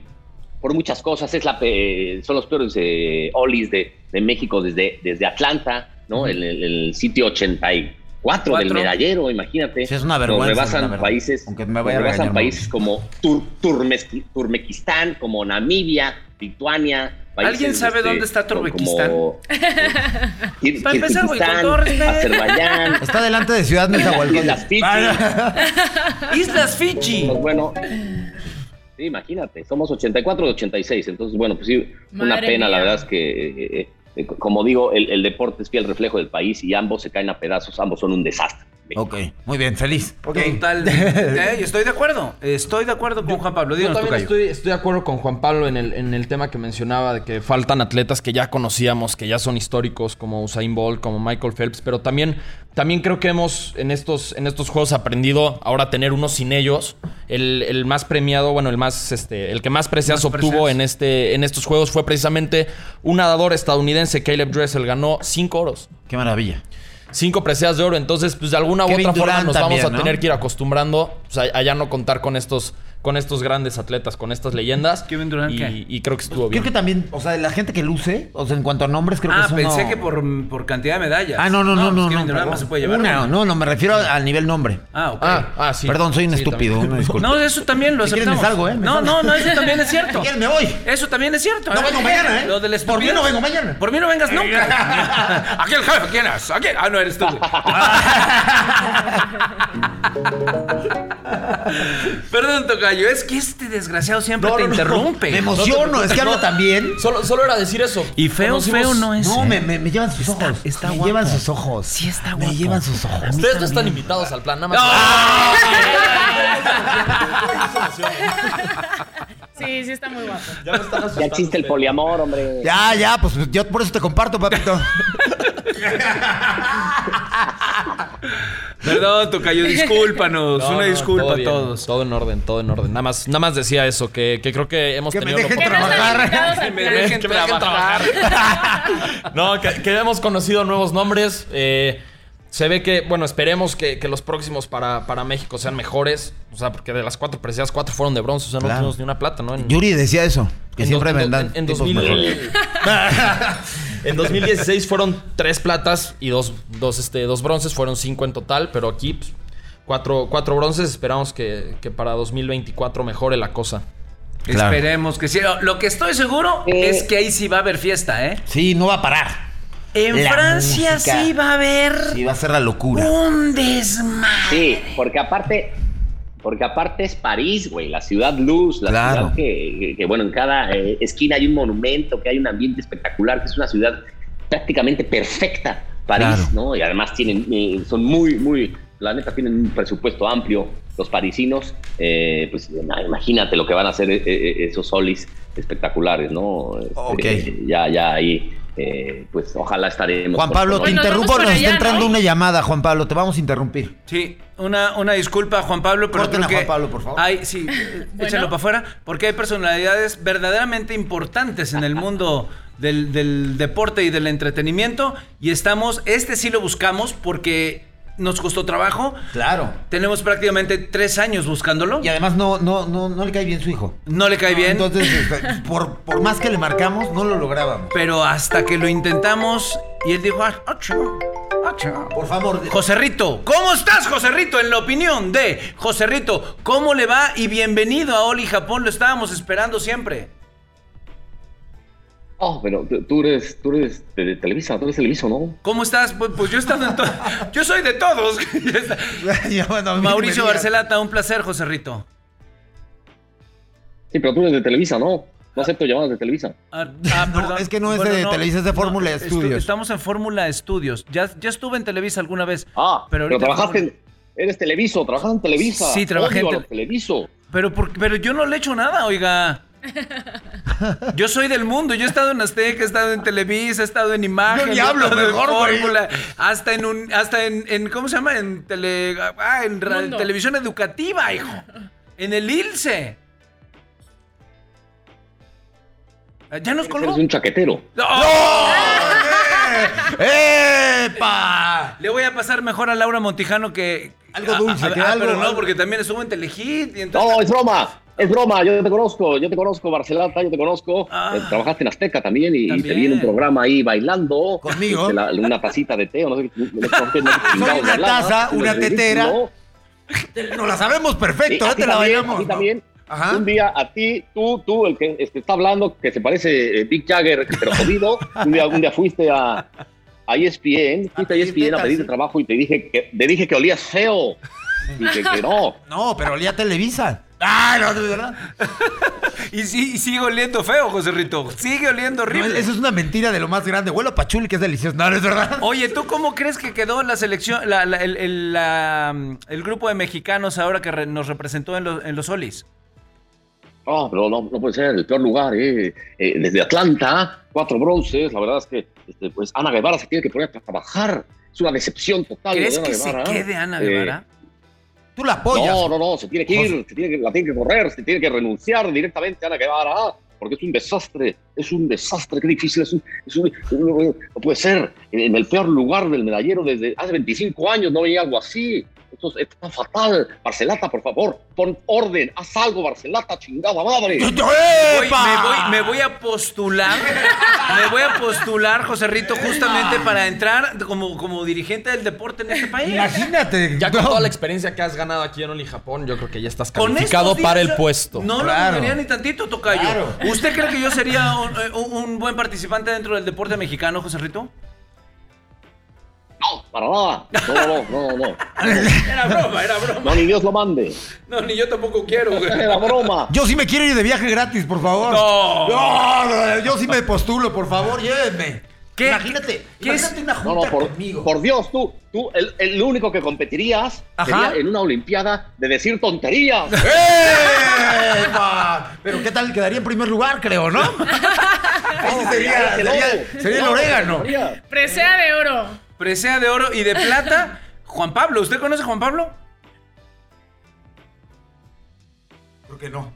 Speaker 4: por muchas cosas. Es la, pe- son los peores eh, olis de, de México desde, desde Atlanta, ¿no? El, el- el sitio 84 del
Speaker 2: Cuatro.
Speaker 4: medallero, imagínate.
Speaker 3: Sí, es una vergüenza,
Speaker 4: Nos
Speaker 3: la
Speaker 4: rebasan
Speaker 3: verdad.
Speaker 4: países,
Speaker 3: Aunque me vaya a
Speaker 4: nos rebasan
Speaker 3: regañar,
Speaker 4: países como Tur- Turmes- Turmequistán, como Namibia, Lituania. países, este,
Speaker 2: ¿Alguien sabe dónde está
Speaker 4: como-
Speaker 2: Turmequistán?
Speaker 4: como- Kir-
Speaker 2: Para empezar, güey, con
Speaker 4: Kirguistán,
Speaker 2: todo respeto.
Speaker 4: Azerbaiyán,
Speaker 3: Está delante de Ciudad
Speaker 4: Islas
Speaker 3: Nezahualcóyotl.
Speaker 4: Fiji.
Speaker 7: Ah,
Speaker 2: Islas Fiji.
Speaker 4: Pues bueno. Sí, imagínate, somos 84 de 86, entonces bueno, pues sí, una
Speaker 5: Madre
Speaker 4: pena, la
Speaker 5: mía.
Speaker 4: verdad es que, eh, eh, eh, como digo, el, el deporte es fiel reflejo del país y ambos se caen a pedazos, ambos son un desastre.
Speaker 7: Oh.
Speaker 3: Ok, muy bien, feliz. Ok.
Speaker 2: Totalmente. Eh, Estoy de acuerdo. Estoy de acuerdo con Juan Pablo.
Speaker 8: Yo
Speaker 2: Dinos,
Speaker 8: también
Speaker 2: tocayo.
Speaker 8: estoy, estoy de acuerdo con Juan Pablo en el, en el tema que mencionaba de que faltan atletas que ya conocíamos, que ya son históricos, como Usain Bolt, como Michael Phelps, pero también, también creo que hemos en estos, en estos juegos aprendido ahora a tener unos sin ellos. El, el más premiado, bueno, el más este, el que más preseas
Speaker 2: Más
Speaker 8: obtuvo
Speaker 2: preseas.
Speaker 8: en, este, en estos juegos fue precisamente un nadador estadounidense, Caleb Dressel, ganó cinco oros.
Speaker 3: Qué maravilla.
Speaker 8: Cinco preseas de oro, entonces pues de alguna u
Speaker 3: Kevin
Speaker 8: otra forma
Speaker 3: Durant
Speaker 8: nos
Speaker 3: también,
Speaker 8: vamos
Speaker 3: ¿no?
Speaker 8: a tener que ir acostumbrando pues, a, a ya no contar con estos, con estos grandes atletas, con estas leyendas.
Speaker 2: Kevin Durant,
Speaker 8: y,
Speaker 2: ¿qué?
Speaker 8: y creo que estuvo bien.
Speaker 3: Creo que también, o sea, la gente que luce, o sea, en cuanto a nombres, creo que
Speaker 2: Ah,
Speaker 3: es uno-
Speaker 2: pensé que por, por cantidad de medallas.
Speaker 3: Ah, no, no, no,
Speaker 2: pues
Speaker 3: no.
Speaker 2: Kevin Durant
Speaker 3: no, perdón.
Speaker 2: no se puede llevar.
Speaker 3: Una, no, no, me refiero al nivel nombre.
Speaker 2: Ah, ok.
Speaker 8: Ah, ah, sí.
Speaker 3: Perdón, soy un
Speaker 8: Sí,
Speaker 3: estúpido.
Speaker 8: también.
Speaker 3: Una disculpa.
Speaker 2: No, eso también lo
Speaker 3: Si quieren,
Speaker 2: aceptamos.
Speaker 3: me salgo, ¿eh? Me
Speaker 2: no,
Speaker 3: salgo.
Speaker 2: no, no, eso también es cierto.
Speaker 3: Si quieren, me voy.
Speaker 2: Eso también es cierto.
Speaker 3: No vengo mañana, ¿eh?
Speaker 2: Lo del
Speaker 3: Por mí
Speaker 2: estupidez.
Speaker 3: no vengo mañana. Eh,
Speaker 2: Por mí no vengas nunca. Aquí el jefe, ¿quién es? Aquí- Ah, no, eres tú. Perdón, Tocayo, es que este desgraciado siempre
Speaker 3: No,
Speaker 2: te
Speaker 3: no, no.
Speaker 2: interrumpe.
Speaker 3: Me emociono, es que hablo también.
Speaker 8: Solo, solo era decir eso.
Speaker 2: Y feo,
Speaker 8: Conocimos-
Speaker 2: feo no es.
Speaker 3: No,
Speaker 2: ¿eh?
Speaker 3: me, me, me llevan sus
Speaker 2: Está-
Speaker 3: ojos.
Speaker 2: está
Speaker 3: me
Speaker 2: guapo.
Speaker 3: llevan sus ojos.
Speaker 2: Sí, está
Speaker 3: Me
Speaker 2: guapo.
Speaker 3: llevan sus ojos.
Speaker 8: Ustedes no están invitados al plan, nada más.
Speaker 5: Sí, sí está muy guapo.
Speaker 8: Ya me están asustando
Speaker 4: Ya existe el
Speaker 8: ustedes.
Speaker 4: poliamor, hombre.
Speaker 3: Ya, ya, pues yo por eso te comparto, papito.
Speaker 2: Perdón, Tocayo, discúlpanos.
Speaker 8: No,
Speaker 2: Pues, Una
Speaker 8: no,
Speaker 2: disculpa
Speaker 8: todo
Speaker 2: a
Speaker 8: bien,
Speaker 2: todos.
Speaker 8: Todo en orden, todo en orden. Nada más, nada más decía eso, que, que creo que hemos
Speaker 3: Que me
Speaker 8: tenido la
Speaker 3: dejen
Speaker 5: Que no
Speaker 8: oportunidad-
Speaker 5: están
Speaker 3: Trabajar.
Speaker 5: invitados
Speaker 2: Que me
Speaker 5: al plan.
Speaker 2: dejen trabajar.
Speaker 8: No, que, que hemos conocido nuevos nombres. eh, se ve que, bueno, esperemos que, que los próximos para, para México sean mejores. O sea, porque de las cuatro preseas, cuatro fueron de bronce. O sea, no
Speaker 3: Claro.
Speaker 8: tuvimos ni una plata, ¿no? En,
Speaker 3: Yuri decía eso, que
Speaker 8: en
Speaker 3: siempre
Speaker 8: dos- en-
Speaker 3: vendan.
Speaker 8: en- en
Speaker 3: tipos
Speaker 8: 2000
Speaker 4: Eh,
Speaker 3: mejores.
Speaker 8: en 2016 fueron tres platas y dos, dos, este, dos bronces. Fueron cinco en total, pero aquí pues, cuatro, cuatro bronces. Esperamos que, que para 2024 mejore la cosa.
Speaker 3: Claro.
Speaker 2: Esperemos que sí. Lo- Lo que estoy seguro es que ahí sí va a haber fiesta, ¿eh?
Speaker 3: Sí, no va a parar.
Speaker 2: En
Speaker 3: la
Speaker 2: Francia
Speaker 3: música.
Speaker 2: sí va a haber
Speaker 3: Sí, va a ser la locura.
Speaker 2: un desmadre.
Speaker 4: Sí, porque aparte, porque aparte es París, güey, la ciudad luz, la
Speaker 3: Claro.
Speaker 4: ciudad que, que- que, bueno, en cada eh, esquina hay un monumento, que hay un ambiente espectacular, que es una ciudad prácticamente perfecta, París,
Speaker 3: Claro.
Speaker 4: ¿no? Y además tienen, eh, son muy, muy, la neta tienen un presupuesto amplio los parisinos, eh, pues na- imagínate lo que van a hacer eh, eh, esos solis espectaculares, ¿no? Este,
Speaker 3: Ok.
Speaker 4: ya, ya ahí, eh, pues ojalá estaremos.
Speaker 3: Juan
Speaker 4: por-
Speaker 3: Pablo,
Speaker 4: por-
Speaker 3: te
Speaker 5: Bueno, nos
Speaker 3: interrumpo,
Speaker 5: vamos
Speaker 3: nos
Speaker 5: para
Speaker 3: está
Speaker 5: allá,
Speaker 3: entrando
Speaker 5: ¿no?
Speaker 3: una llamada, Juan Pablo, te vamos a interrumpir.
Speaker 2: Sí, una, una disculpa, Juan Pablo, pero
Speaker 3: Corten
Speaker 2: creo
Speaker 3: a Juan
Speaker 2: que
Speaker 3: Pablo, por favor.
Speaker 2: Hay, sí, eh, échalo para afuera, porque hay personalidades verdaderamente importantes en el mundo del, del deporte y del entretenimiento. Y estamos, este sí lo buscamos porque nos costó trabajo.
Speaker 3: Claro.
Speaker 2: Tenemos prácticamente tres años buscándolo.
Speaker 3: Y además no, no, no, no le cae bien su hijo.
Speaker 2: No le cae bien.
Speaker 3: Ah, Entonces, este, por, por más que le marcamos, no lo lográbamos.
Speaker 2: Pero hasta que lo intentamos y él dijo, ah, ah, chido, ah, chido".
Speaker 3: Por favor, de-
Speaker 2: José Rito, ¿cómo estás, José Rito? En la opinión de José Rito, ¿cómo le va? Y bienvenido a Oli Japón, lo estábamos esperando siempre.
Speaker 4: Oh, pero tú- tú eres, tú eres de Televisa, tú eres Televisa, ¿no?
Speaker 2: ¿Cómo estás? Pues, pues yo he estado en todo. Yo soy de todos. Ya está.
Speaker 3: Ya, bueno, a mí
Speaker 2: Mauricio
Speaker 3: me digas.
Speaker 2: Barcelata, un placer, José Rito.
Speaker 4: Sí, pero tú eres de Televisa, ¿no? No acepto llamadas de Televisa.
Speaker 2: Ah, ah,
Speaker 3: No, es que no es de Televisa, es de Fórmula
Speaker 2: estu-
Speaker 3: Estudios.
Speaker 2: Estamos en Fórmula Estudios. Ya, ya estuve en Televisa alguna vez.
Speaker 4: Ah,
Speaker 2: Pero
Speaker 4: pero,
Speaker 2: ahorita
Speaker 4: trabajaste
Speaker 2: no.
Speaker 4: en... Eres Televiso, trabajaste en Televisa.
Speaker 2: Sí, trabajé en
Speaker 4: Odio a
Speaker 2: tele-
Speaker 4: los Televiso.
Speaker 2: Pero, por- pero yo no le echo nada, oiga. Yo soy del mundo, yo he estado en Azteca, he estado en Televisa, he estado en Imagen,
Speaker 3: Yo ni
Speaker 2: he
Speaker 3: hablo
Speaker 2: estado en
Speaker 3: mejor, güey.
Speaker 2: Fórmula, hasta en un, hasta en, en- ¿cómo se llama? En tele, ah, en ra-
Speaker 5: Mundo.
Speaker 2: televisión educativa, hijo. En el ILSE. Ah, Ya nos colgó.
Speaker 4: Eres un chaquetero.
Speaker 2: ¡Oh!
Speaker 3: ¡Epa!
Speaker 2: Le voy a pasar mejor a Laura Montijano que
Speaker 3: Algo
Speaker 2: a- a-
Speaker 3: dulce,
Speaker 2: a-
Speaker 3: que
Speaker 2: ah,
Speaker 3: algo-
Speaker 2: pero no,
Speaker 3: algo-
Speaker 2: porque también estuvo en Telehit y entonces.
Speaker 4: No, es broma. Es broma, yo te conozco, yo te conozco, Barcelata, yo te conozco.
Speaker 2: Ah.
Speaker 4: Eh, trabajaste en Azteca también y, y te vi en
Speaker 2: También.
Speaker 4: un programa ahí bailando.
Speaker 3: Conmigo.
Speaker 4: Este, la- una tacita de té o no sé qué. no sé qué chingados
Speaker 3: una
Speaker 4: hablabas,
Speaker 3: taza, una
Speaker 4: ridículo.
Speaker 3: tetera. No la sabemos perfecto,
Speaker 4: Sí,
Speaker 3: ¿eh?
Speaker 4: a ti
Speaker 3: te la
Speaker 4: también,
Speaker 3: bailamos.
Speaker 4: a ti también.
Speaker 3: Ajá.
Speaker 4: Un día a ti, tú, tú, el que este, está hablando, que se parece eh, Dick Jagger, pero jodido. un, día, un día fuiste a, a E ESPN, fuiste a
Speaker 3: pedir
Speaker 4: ESPN
Speaker 3: tetas,
Speaker 4: a pedirte
Speaker 3: sí.
Speaker 4: trabajo y te dije que, te dije que olías feo. Y que, que no.
Speaker 3: No, pero olía a Televisa. Ah, no, de verdad.
Speaker 2: Y, sí, y sigue oliendo feo, José Rito. Sigue oliendo
Speaker 3: No,
Speaker 2: horrible.
Speaker 3: eso es una mentira de lo más grande. Huelo a pachuli, que es delicioso. No, no es verdad.
Speaker 2: Oye, ¿tú cómo crees que quedó la selección, la- la- el, el- la, mm, el grupo de mexicanos ahora que re- nos representó en, los- en los Olis?
Speaker 4: No, pero no, no puede ser, el peor lugar, eh. Eh, desde Atlanta, cuatro bronces, la verdad es que este, pues Ana Guevara se tiene que poner a trabajar, es una decepción total. lo de
Speaker 2: ¿Crees
Speaker 4: Ana
Speaker 2: que se
Speaker 4: Guevara.
Speaker 2: quede Ana
Speaker 4: Eh,
Speaker 2: Guevara?
Speaker 3: Tú la apoyas.
Speaker 4: No, no, no, se tiene que
Speaker 3: José.
Speaker 4: ir, se tiene que, la tiene que correr, se tiene que renunciar directamente a Ana Guevara, porque es un desastre, es un desastre, qué difícil, es un, es un- un- no puede ser, en, en el peor lugar del medallero desde hace 25 años no veía algo así, esto es- está fatal, Barcelata, por favor, pon orden, haz algo, Barcelata, chingada madre.
Speaker 2: Voy-
Speaker 3: ¡Epa!
Speaker 2: me, voy, me voy a postular, me voy a postular, José Rito, justamente para entrar como, como dirigente del deporte en este país.
Speaker 3: Imagínate.
Speaker 8: Ya con
Speaker 3: no.
Speaker 8: toda la experiencia que has ganado aquí en Oli Japón, yo creo que ya estás
Speaker 2: Con
Speaker 8: calificado
Speaker 2: estos días
Speaker 8: para el
Speaker 2: yo-
Speaker 8: puesto.
Speaker 2: No
Speaker 3: Claro.
Speaker 2: lo dudaría ni tantito, Tocayo.
Speaker 3: Claro.
Speaker 2: ¿Usted cree que yo sería un, eh, un- un buen participante dentro del deporte mexicano, José Rito?
Speaker 4: No, para nada, no, no, no, no, no,
Speaker 2: Era broma, era broma.
Speaker 4: no, ni Dios lo mande,
Speaker 2: No, ni yo tampoco quiero, güey.
Speaker 4: era broma.
Speaker 3: Yo sí me quiero ir de viaje gratis, por favor.
Speaker 2: No.
Speaker 3: No, no, no, yo sí me postulo, por favor, llévenme.
Speaker 2: ¿Qué?
Speaker 3: Imagínate,
Speaker 2: ¿Qué
Speaker 3: imagínate
Speaker 2: es?
Speaker 3: una
Speaker 4: No,
Speaker 3: junta
Speaker 4: no, por,
Speaker 3: conmigo.
Speaker 4: por Dios, tú, tú, el, el único que competirías
Speaker 3: Ajá.
Speaker 4: sería en una olimpiada de decir tonterías.
Speaker 3: ¡Epa! Pero qué tal quedaría en primer lugar, creo, ¿no? Ese sería,
Speaker 4: Ese no.
Speaker 3: sería- sería el orégano.
Speaker 4: Tonterías.
Speaker 5: Presea de oro.
Speaker 2: Presea de oro y de plata. Juan Pablo, ¿usted conoce a Juan Pablo?
Speaker 3: Creo que no.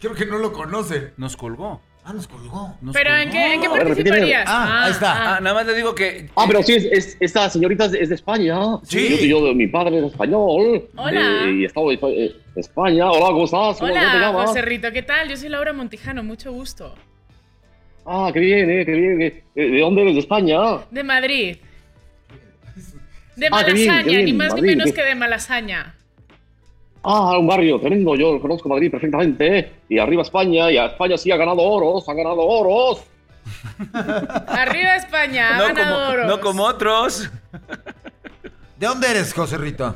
Speaker 3: Creo que no lo conoce.
Speaker 2: Nos colgó.
Speaker 3: Ah, nos colgó.
Speaker 2: nos
Speaker 5: ¿Pero en
Speaker 2: colgó.
Speaker 5: qué, en qué
Speaker 4: a ver,
Speaker 5: participarías?
Speaker 3: repíteme. Ah, ahí está.
Speaker 2: Ah, nada más le digo que.
Speaker 4: Ah, pero sí, es, es- esta señorita es de, es de España.
Speaker 3: Sí.
Speaker 4: Yo, yo- mi padre es español.
Speaker 5: Hola.
Speaker 4: eh, y estaba en Espa- eh, España. Hola, ¿cómo estás? ¿Cómo- cómo te
Speaker 5: Hola,
Speaker 4: llamas?
Speaker 5: José Rito, ¿qué tal? Yo soy Laura Montijano, mucho gusto.
Speaker 4: Ah, qué bien, eh, qué bien. eh, eh, ¿De dónde eres? ¿De España?
Speaker 5: De Madrid. De
Speaker 4: Ah, qué bien, qué
Speaker 5: Malasaña, ni
Speaker 4: bien,
Speaker 5: más ni
Speaker 4: Madrid,
Speaker 5: menos
Speaker 4: qué-
Speaker 5: que de Malasaña.
Speaker 4: Ah, un barrio tremendo. Yo conozco Madrid perfectamente. eh, Y arriba España. Y a España sí ha ganado oros. Ha ganado oros.
Speaker 5: Arriba España,
Speaker 2: No
Speaker 5: van a
Speaker 2: como,
Speaker 5: Doros.
Speaker 2: no como otros.
Speaker 7: ¿De dónde eres, José Rito?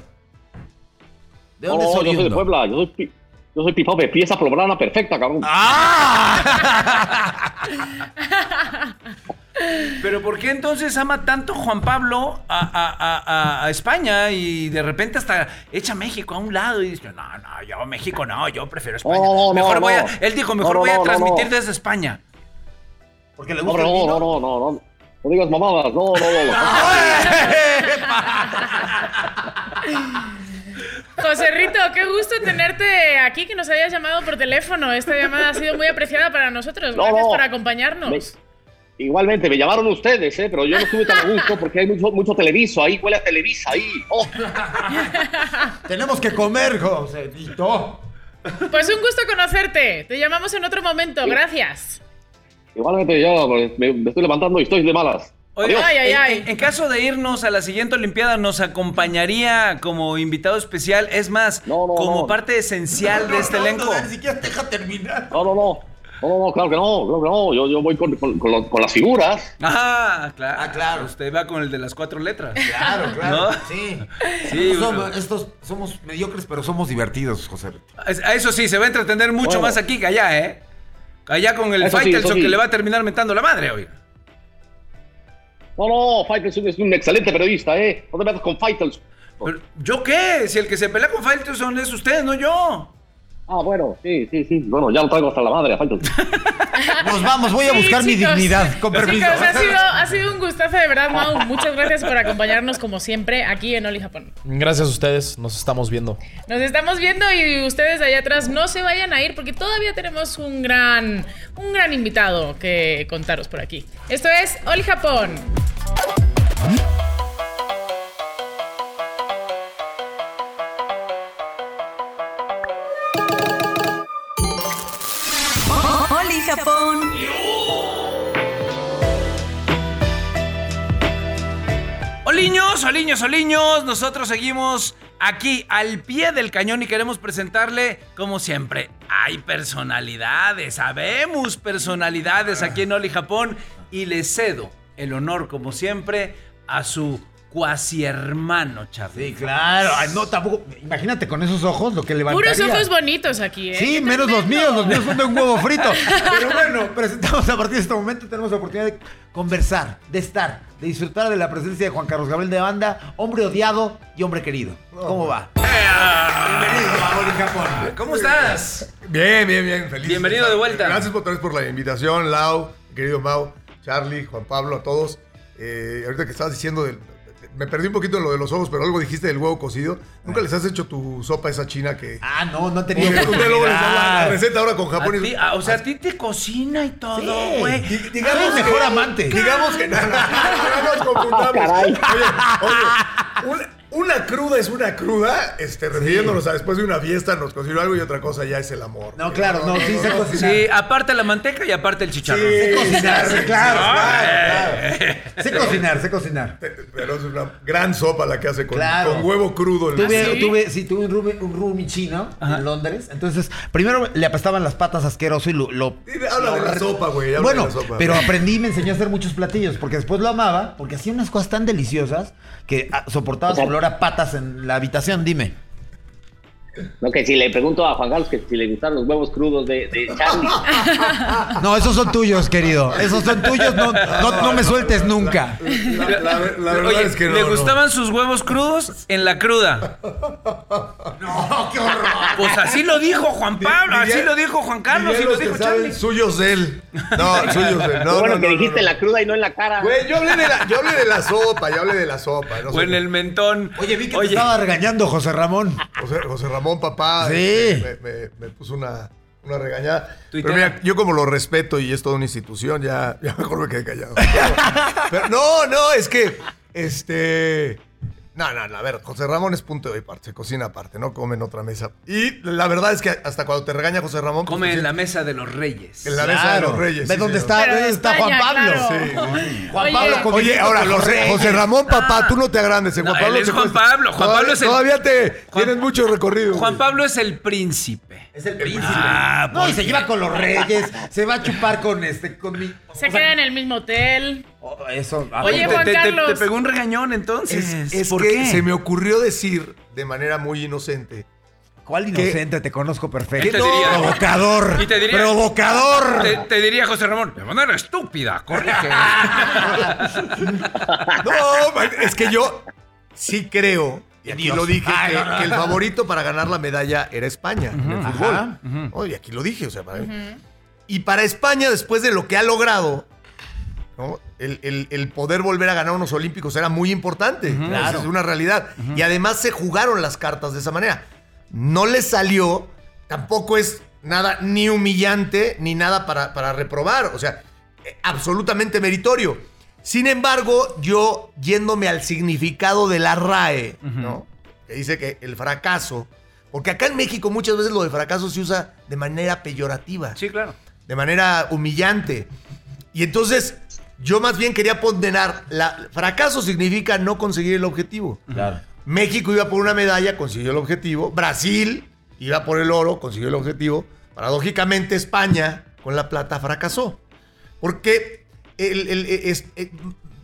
Speaker 7: ¿De
Speaker 4: No,
Speaker 7: dónde
Speaker 4: no,
Speaker 7: soy
Speaker 4: yo soy de Puebla, yo soy, pi- yo soy pipope, pieza poblana perfecta, cabrón.
Speaker 7: Ah,
Speaker 2: Pero ¿por qué entonces ama tanto Juan Pablo a, a- a- a- a España y de repente hasta echa México a un lado y dice, no, no, yo México no, yo prefiero España.
Speaker 4: No, no,
Speaker 2: mejor
Speaker 4: no,
Speaker 2: voy a,
Speaker 4: no.
Speaker 2: él dijo, mejor
Speaker 4: No, no,
Speaker 2: voy a
Speaker 4: no, no,
Speaker 2: transmitir
Speaker 4: no.
Speaker 2: desde España.
Speaker 7: Porque le
Speaker 4: No,
Speaker 7: gusta el
Speaker 4: no,
Speaker 7: vino.
Speaker 4: no, no, no, no. No digas mamadas, no, no, no. no.
Speaker 5: José Rito, qué gusto tenerte aquí, que nos hayas llamado por teléfono. Esta llamada ha sido muy apreciada para nosotros.
Speaker 4: No,
Speaker 5: Gracias
Speaker 4: no.
Speaker 5: por acompañarnos.
Speaker 4: Me- igualmente, me llamaron ustedes, ¿eh? pero yo no estuve tan a gusto porque hay mucho, mucho televiso ahí, huele a televisa ahí. Oh,
Speaker 7: Tenemos que comer, José Rito.
Speaker 5: Pues un gusto conocerte. Te llamamos en otro momento. Gracias.
Speaker 4: igualmente, yo pues, me, me estoy levantando y estoy de malas.
Speaker 2: Oiga,
Speaker 5: Ay, ay,
Speaker 2: en-
Speaker 5: ay.
Speaker 2: En, en caso de irnos a la siguiente Olimpiada, nos acompañaría como invitado especial, es más,
Speaker 4: No, no,
Speaker 2: como
Speaker 4: no.
Speaker 2: parte esencial de este
Speaker 7: No, no,
Speaker 2: elenco.
Speaker 7: ni siquiera te deja terminar.
Speaker 4: No, no, no. No, no, no, claro que no, claro que no. Yo, yo voy con, con- con lo- con las figuras.
Speaker 2: Ah, claro.
Speaker 7: Ah, claro.
Speaker 2: Usted va con el de las cuatro letras.
Speaker 7: Claro, claro.
Speaker 2: ¿No?
Speaker 7: Sí.
Speaker 2: Sí,
Speaker 7: Somos-
Speaker 2: bueno.
Speaker 7: estos somos mediocres, pero somos divertidos, José Rito.
Speaker 2: Es- a Eso sí, se va a entretener mucho
Speaker 4: Bueno.
Speaker 2: más aquí que allá, ¿eh? Allá con el
Speaker 4: Eso sí,
Speaker 2: Faitelson
Speaker 4: eso sí.
Speaker 2: que le va a terminar mentando la madre, oiga.
Speaker 4: No, no, Faitelson es un excelente periodista, ¿eh? No te metas con Faitelson.
Speaker 2: Pero, ¿Yo qué? Si el que se pelea con Faitelson es usted, no yo.
Speaker 4: Ah, bueno, sí, sí, sí. Bueno, ya lo traigo hasta la madre a Faitelson.
Speaker 7: Nos vamos, voy a
Speaker 5: Sí,
Speaker 7: buscar mi
Speaker 5: chicos.
Speaker 7: dignidad. Con permiso.
Speaker 5: Chicos, ha sido, ha sido un gustazo de verdad, Mau. Muchas gracias por acompañarnos como siempre aquí en Oli Japón.
Speaker 8: Gracias a ustedes, nos estamos viendo.
Speaker 5: Nos estamos viendo y ustedes allá atrás no se vayan a ir porque todavía tenemos un gran, un gran invitado que contaros por aquí. Esto es Oli Japón.
Speaker 1: Oli Japón.
Speaker 2: Oliños, oliños, oliños. Nosotros seguimos aquí al pie del cañón y queremos presentarle, como siempre, hay personalidades. Sabemos personalidades aquí en Oli Japón y le cedo el honor, como siempre, a su cuasi hermano, Charlie.
Speaker 7: Sí, claro. Ay, no, tampoco. Imagínate con esos ojos lo que levantaría.
Speaker 5: Puros ojos bonitos aquí, ¿eh?
Speaker 7: Sí,
Speaker 5: Qué
Speaker 7: menos los
Speaker 5: tremendo.
Speaker 7: míos, los míos son de un huevo frito. Pero bueno, presentamos a partir de este momento, tenemos la oportunidad de conversar, de estar, de disfrutar de la presencia de Juan Carlos Gabriel de Banda, hombre odiado y hombre querido. ¿Cómo va?
Speaker 2: ¡Ea! ¿Cómo estás?
Speaker 6: Bien, bien, bien. Feliz.
Speaker 2: Bienvenido de vuelta.
Speaker 6: Gracias otra vez por la invitación, Lau, querido Mau, Charlie, Juan Pablo, a todos. Eh, ahorita que estabas diciendo, del- me perdí un poquito en lo de los ojos, pero algo dijiste del huevo cocido. ¿Nunca les has hecho tu sopa a esa china que...
Speaker 7: Ah, no, no he
Speaker 6: Porque
Speaker 7: tenido
Speaker 6: Usted luego les da la- la
Speaker 7: oportunidad.
Speaker 6: receta ahora con
Speaker 2: A
Speaker 6: Japón y...
Speaker 2: ti- a- o sea, a ti te cocina y
Speaker 6: Eh,
Speaker 2: todo, güey.
Speaker 7: Dig- Digamos mejor amante.
Speaker 6: Digamos que no, no, no nos confundamos.
Speaker 4: caray.
Speaker 6: Oye, oye, una, una cruda es una cruda, este, refiriéndonos a después de una fiesta nos cocinó algo y otra cosa ya es el amor.
Speaker 7: No, claro, no, sí se cocina.
Speaker 2: Sí, aparte la manteca y aparte el chicharrón.
Speaker 6: Sí,
Speaker 7: cocinar,
Speaker 6: sí,
Speaker 7: claro,
Speaker 6: sí,
Speaker 7: claro, claro. Sé cocinar, sé cocinar.
Speaker 6: Pero es una gran sopa la que hace con,
Speaker 7: Claro.
Speaker 6: con huevo crudo. el-
Speaker 7: Tuve,
Speaker 5: sí?
Speaker 7: tuve, sí, tuve un roomie, un roomie chino en Londres. Entonces, primero le apestaban las patas asqueroso y lo. lo-
Speaker 6: Sí, Habla de la sopa, güey. habla
Speaker 7: bueno,
Speaker 6: de la sopa.
Speaker 7: pero aprendí y me enseñó a hacer muchos platillos porque después lo amaba porque hacía unas cosas tan deliciosas que ah, soportaba
Speaker 4: O sea-
Speaker 7: su olor a patas en la habitación. Dime.
Speaker 4: No, que si le pregunto a Juan Carlos que si le gustan los huevos crudos de, de Charlie.
Speaker 7: No, esos son tuyos, querido. Esos son tuyos. No, no, no me sueltes nunca.
Speaker 6: La, la- la verdad
Speaker 2: Oye,
Speaker 6: es que no.
Speaker 2: ¿Le
Speaker 6: no.
Speaker 2: gustaban sus huevos crudos en la cruda?
Speaker 6: No, qué horror.
Speaker 2: Pues así lo dijo Juan Pablo,
Speaker 6: Diría-
Speaker 2: así lo dijo Juan Carlos
Speaker 6: diría
Speaker 2: y lo
Speaker 6: los que
Speaker 2: dijo
Speaker 6: saben,
Speaker 2: Charlie.
Speaker 6: Suyos de él. No, suyos de él. No,
Speaker 4: Qué bueno
Speaker 6: no,
Speaker 4: que
Speaker 6: no, no,
Speaker 4: dijiste
Speaker 6: no.
Speaker 4: la cruda y no en la cara.
Speaker 6: Güey, yo hablé de la, yo hablé de la sopa, yo hablé de la sopa. no sé.
Speaker 2: O en el mentón.
Speaker 7: Oye, vi que te estaba regañando, José Ramón.
Speaker 6: José, José Ramón, papá,
Speaker 7: Sí.
Speaker 6: eh, me, me- me puso una, una regañada.
Speaker 2: Tuitea.
Speaker 6: Pero mira, yo como lo respeto y es toda una institución, ya, ya mejor me quedé callado. Pero- pero no, no, es que este, No, no, no, a ver, José Ramón es punto de aparte, se cocina aparte, no come en otra mesa. Y la verdad es que hasta cuando te regaña José Ramón, pues,
Speaker 2: Come
Speaker 6: te
Speaker 2: en la
Speaker 6: sientes
Speaker 2: mesa de los reyes.
Speaker 6: en la mesa de los reyes.
Speaker 7: Ve
Speaker 6: sí,
Speaker 7: dónde
Speaker 6: señor.
Speaker 7: está,
Speaker 5: Pero
Speaker 7: ve
Speaker 5: de
Speaker 7: dónde está
Speaker 5: España,
Speaker 7: Juan Pablo.
Speaker 5: claro.
Speaker 6: Sí, güey.
Speaker 7: Juan
Speaker 5: Oye.
Speaker 7: Pablo
Speaker 6: Oye,
Speaker 7: conviviendo
Speaker 6: ahora,
Speaker 7: con los
Speaker 6: José,
Speaker 7: reyes.
Speaker 6: José Ramón, papá, tú no te agrandes. En
Speaker 2: No,
Speaker 6: Juan
Speaker 2: él
Speaker 6: Pablo
Speaker 2: es
Speaker 6: te
Speaker 2: Juan
Speaker 6: cuesta-
Speaker 2: Pablo, Juan
Speaker 6: todavía,
Speaker 2: Pablo es el-
Speaker 6: Todavía te
Speaker 2: Juan-
Speaker 6: tienes mucho recorrido.
Speaker 2: Juan
Speaker 6: güey.
Speaker 2: Pablo es el príncipe.
Speaker 7: Es el príncipe.
Speaker 2: Ah,
Speaker 7: no, y
Speaker 2: pues
Speaker 7: se lleva con los reyes, se va a chupar con este, con mi.
Speaker 5: Se
Speaker 7: o sea,
Speaker 5: queda en el mismo hotel.
Speaker 7: oh, Eso. a
Speaker 5: Oye,
Speaker 7: ver,
Speaker 5: Juan
Speaker 2: te, te-
Speaker 5: Carlos.
Speaker 2: te pegó un regañón
Speaker 6: Es,
Speaker 2: entonces.
Speaker 6: es
Speaker 2: ¿Por
Speaker 6: que
Speaker 2: qué?
Speaker 6: se me ocurrió decir de manera muy inocente.
Speaker 7: ¿Cuál inocente? Te conozco perfecto.
Speaker 2: ¿Qué Este te diría?
Speaker 7: Provocador.
Speaker 2: Y te diría-
Speaker 7: Provocador.
Speaker 2: Te, te diría José Ramón, de manera estúpida, corrige.
Speaker 6: No, man, es que yo sí creo, y aquí
Speaker 7: Dios.
Speaker 6: lo dije,
Speaker 7: Ay,
Speaker 6: que,
Speaker 7: no, no,
Speaker 6: que el favorito para ganar la medalla era España en el fútbol.
Speaker 7: Ajá,
Speaker 2: ujú.
Speaker 6: ¿no? Y aquí lo dije, o sea, para Y para España, después de lo que ha logrado, ¿no? el, el- el poder volver a ganar unos Olímpicos era muy importante. Esa
Speaker 7: Claro.
Speaker 6: Es una realidad. Y además se jugaron las cartas de esa manera. No le salió, tampoco es nada ni humillante ni nada para, para reprobar. O sea, eh, absolutamente meritorio. Sin embargo, yo yéndome al significado de la RAE, ¿no? Que dice que el fracaso. Porque acá en México muchas veces lo de fracaso se usa de manera peyorativa
Speaker 2: sí, claro.
Speaker 6: de manera humillante. Y entonces yo más bien quería ponderar, la, fracaso significa no conseguir el objetivo.
Speaker 9: Claro.
Speaker 6: México iba por una medalla, consiguió el objetivo. Brasil iba por el oro, consiguió el objetivo. Paradójicamente España con la plata fracasó. Porque el- el- es- eh,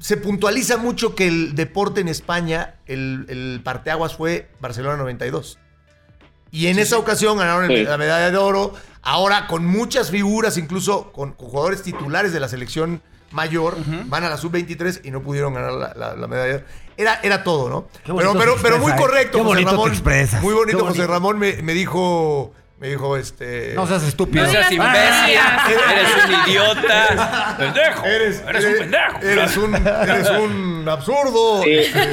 Speaker 6: se puntualiza mucho que el deporte en España, el, el parteaguas fue Barcelona 92. Y en esa ocasión ganaron el-
Speaker 4: Sí.
Speaker 6: la medalla de oro. Ahora con muchas figuras, incluso con, con jugadores titulares de la selección mayor, van a la sub-23 y no pudieron ganar la, la- la medalla de oro. Era, era todo, ¿no?
Speaker 7: Qué bonito
Speaker 6: Pero, pero,
Speaker 7: te
Speaker 6: pero muy
Speaker 7: expresas, ¿eh?
Speaker 6: correcto,
Speaker 7: Qué
Speaker 6: José
Speaker 7: bonito te
Speaker 6: Ramón.
Speaker 7: expresas.
Speaker 6: Muy bonito,
Speaker 7: Qué
Speaker 6: José
Speaker 7: bonito.
Speaker 6: Ramón me, me dijo. Me dijo este.
Speaker 7: No seas estúpido.
Speaker 2: No seas
Speaker 5: digas
Speaker 2: imbécil,
Speaker 5: mentiras.
Speaker 2: eres un idiota. Pendejo. Eres,
Speaker 6: Eres, eh,
Speaker 2: un pendejo.
Speaker 6: Eres un, eres un absurdo.
Speaker 4: Sí.
Speaker 6: este,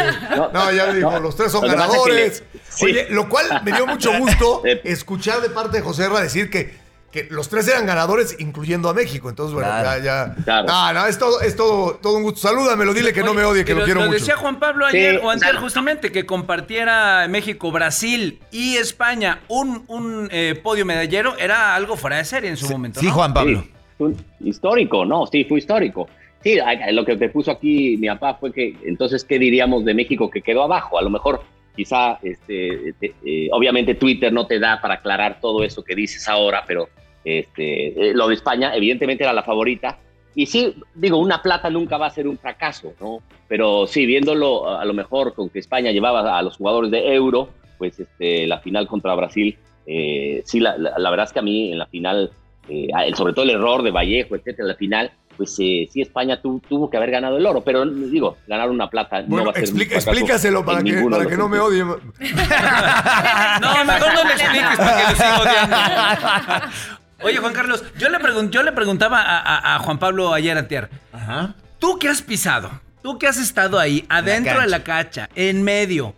Speaker 6: No, ya dijo,
Speaker 4: Eh, no.
Speaker 6: los tres son
Speaker 4: Lo que pasa es que
Speaker 6: ganadores.
Speaker 4: le- sí.
Speaker 6: Oye, lo cual me dio mucho gusto
Speaker 4: Eh.
Speaker 6: escuchar de parte de José Herra decir que, que los tres eran ganadores, incluyendo a México. Entonces, bueno,
Speaker 7: Claro.
Speaker 6: ya, ya.
Speaker 4: Claro.
Speaker 6: No, no, es todo, es todo, todo un gusto. Salúdamelo, dile que no
Speaker 2: Oye,
Speaker 6: me odie, que
Speaker 2: y
Speaker 6: lo, quiero mucho.
Speaker 2: decía Juan Pablo ayer
Speaker 4: Sí,
Speaker 2: o antes
Speaker 4: claro.
Speaker 2: justamente que compartiera México, Brasil y España un, un eh, podio medallero era algo fuera de serie en su momento.
Speaker 7: Sí,
Speaker 2: ¿no?
Speaker 7: Juan Pablo.
Speaker 4: Sí, fue un- histórico, no, sí, fue histórico. Sí, a- a- lo que te puso aquí mi papá fue que, entonces, ¿qué diríamos de México que quedó abajo? A lo mejor, quizá, este, te- eh, obviamente Twitter no te da para aclarar todo eso que dices ahora, pero este, eh, lo de España evidentemente era la favorita. Y sí, digo, una plata nunca va a ser un fracaso, ¿no? Pero sí, viéndolo a a lo mejor con que España llevaba a los jugadores de Euro, pues este, la final contra Brasil, eh, sí, la- la- la verdad es que a mí en la final eh, el- sobre todo el error de Vallejo, etcétera, la final, pues eh, sí, España tu- tuvo que haber ganado el oro, pero digo, ganar una plata no
Speaker 6: Bueno,
Speaker 4: va a ser
Speaker 6: explica-
Speaker 4: un fracaso
Speaker 6: explícaselo
Speaker 4: en
Speaker 6: para que,
Speaker 4: ninguno de
Speaker 6: para
Speaker 4: los
Speaker 6: que no me
Speaker 4: sentidos.
Speaker 6: odie.
Speaker 2: No, mejor no le expliques para que lo siga odiando. Oye, Juan Carlos, yo le, pregun- yo le preguntaba a, a- a Juan Pablo ayer antier,
Speaker 7: Ajá.
Speaker 2: tú que has pisado, tú que has estado ahí, adentro de la cacha, en medio,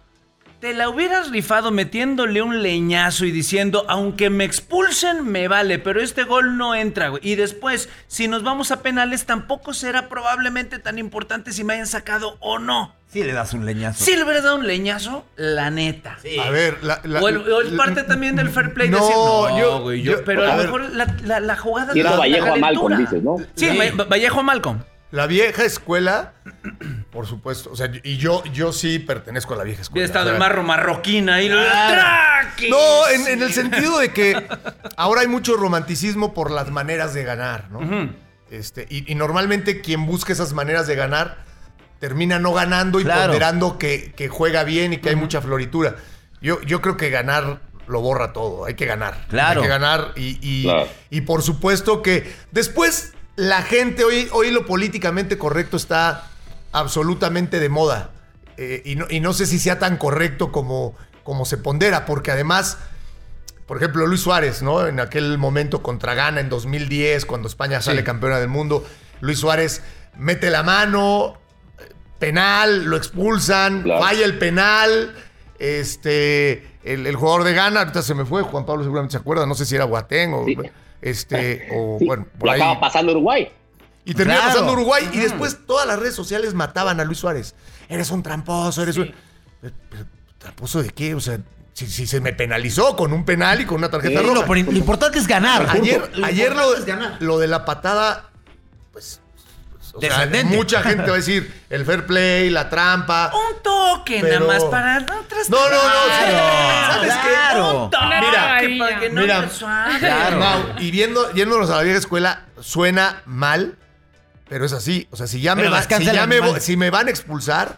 Speaker 2: ¿te la hubieras rifado metiéndole un leñazo y diciendo, aunque me expulsen, me vale, pero este gol no entra, güey? Y después, si nos vamos a penales, tampoco será probablemente tan importante si me hayan sacado o no.
Speaker 7: Sí le das un leñazo.
Speaker 2: Si le hubieras dado un leñazo, la neta.
Speaker 6: A ver, la, la-
Speaker 2: O el, o el
Speaker 6: la-
Speaker 2: parte también del fair play.
Speaker 6: No,
Speaker 2: decir,
Speaker 6: yo-
Speaker 2: güey, yo-
Speaker 6: yo-
Speaker 2: pero a
Speaker 6: a
Speaker 2: lo
Speaker 6: ver.
Speaker 2: mejor la, la, la jugada...
Speaker 4: Tiró
Speaker 2: la- la
Speaker 4: Vallejo a
Speaker 2: calentura.
Speaker 4: Malcom, dices, ¿no?
Speaker 2: Sí,
Speaker 6: Sí.
Speaker 2: Va- Vallejo a Malcolm.
Speaker 6: La vieja escuela, por supuesto. O sea, y yo, yo sí pertenezco a la vieja escuela.
Speaker 2: Hubiera estado
Speaker 6: O sea,
Speaker 2: el marro marroquín ahí. lo- ¡Traquis!
Speaker 6: No, en, en el sentido de que ahora hay mucho romanticismo por las maneras de ganar, ¿no? este, y, y normalmente quien busca esas maneras de ganar termina no ganando y
Speaker 7: Claro.
Speaker 6: ponderando que, que juega bien y que hay mucha floritura. Yo, yo creo que ganar lo borra todo, hay que ganar.
Speaker 7: Claro.
Speaker 6: Hay que ganar y, y-
Speaker 4: Claro.
Speaker 6: y por supuesto que después la gente, hoy, hoy lo políticamente correcto está absolutamente de moda. Eh, y, no, y no sé si sea tan correcto como, como se pondera, porque además, por ejemplo, Luis Suárez, ¿no? En aquel momento contra Ghana en 2010, cuando España sale campeona del mundo, Luis Suárez mete la mano, eh, penal, lo expulsan,
Speaker 4: Claro.
Speaker 6: falla el penal, este, el, el jugador de Ghana, ahorita se me fue, Juan Pablo seguramente se acuerda, no sé si era Guatén o...
Speaker 4: Sí.
Speaker 6: Este, o
Speaker 4: Sí,
Speaker 6: bueno, por
Speaker 4: lo
Speaker 6: ahí.
Speaker 4: acaba pasando Mm. Uruguay.
Speaker 6: Y termina
Speaker 7: Claro.
Speaker 6: pasando Uruguay. Y después todas las redes sociales mataban a Luis Suárez. Eres un tramposo, eres un. ¿Tramposo de qué? O sea, si, si se me penalizó con un penal y con una tarjeta roja.
Speaker 7: pero lo importante es ganar.
Speaker 6: Ayer,
Speaker 7: Lo
Speaker 6: ayer lo,
Speaker 7: importante es ganar.
Speaker 6: lo de la patada, pues. pues, o sea,
Speaker 7: Descendente.
Speaker 6: mucha gente va a decir el fair play, la trampa.
Speaker 2: Un toque
Speaker 6: Pero-
Speaker 2: nada más para no otras
Speaker 6: No, no, no. ¿Sabes qué?
Speaker 7: Claro.
Speaker 5: Una
Speaker 6: Mira,
Speaker 2: Que para que no
Speaker 6: Mira,
Speaker 2: me suave.
Speaker 6: Claro. Mau, y viendo, yéndonos a la vieja escuela, suena mal, pero es así. O sea, si ya me,
Speaker 7: Pero
Speaker 6: va-
Speaker 7: las
Speaker 6: si ya
Speaker 7: cancelan
Speaker 6: me,
Speaker 7: mal.
Speaker 6: vo- si me van a expulsar,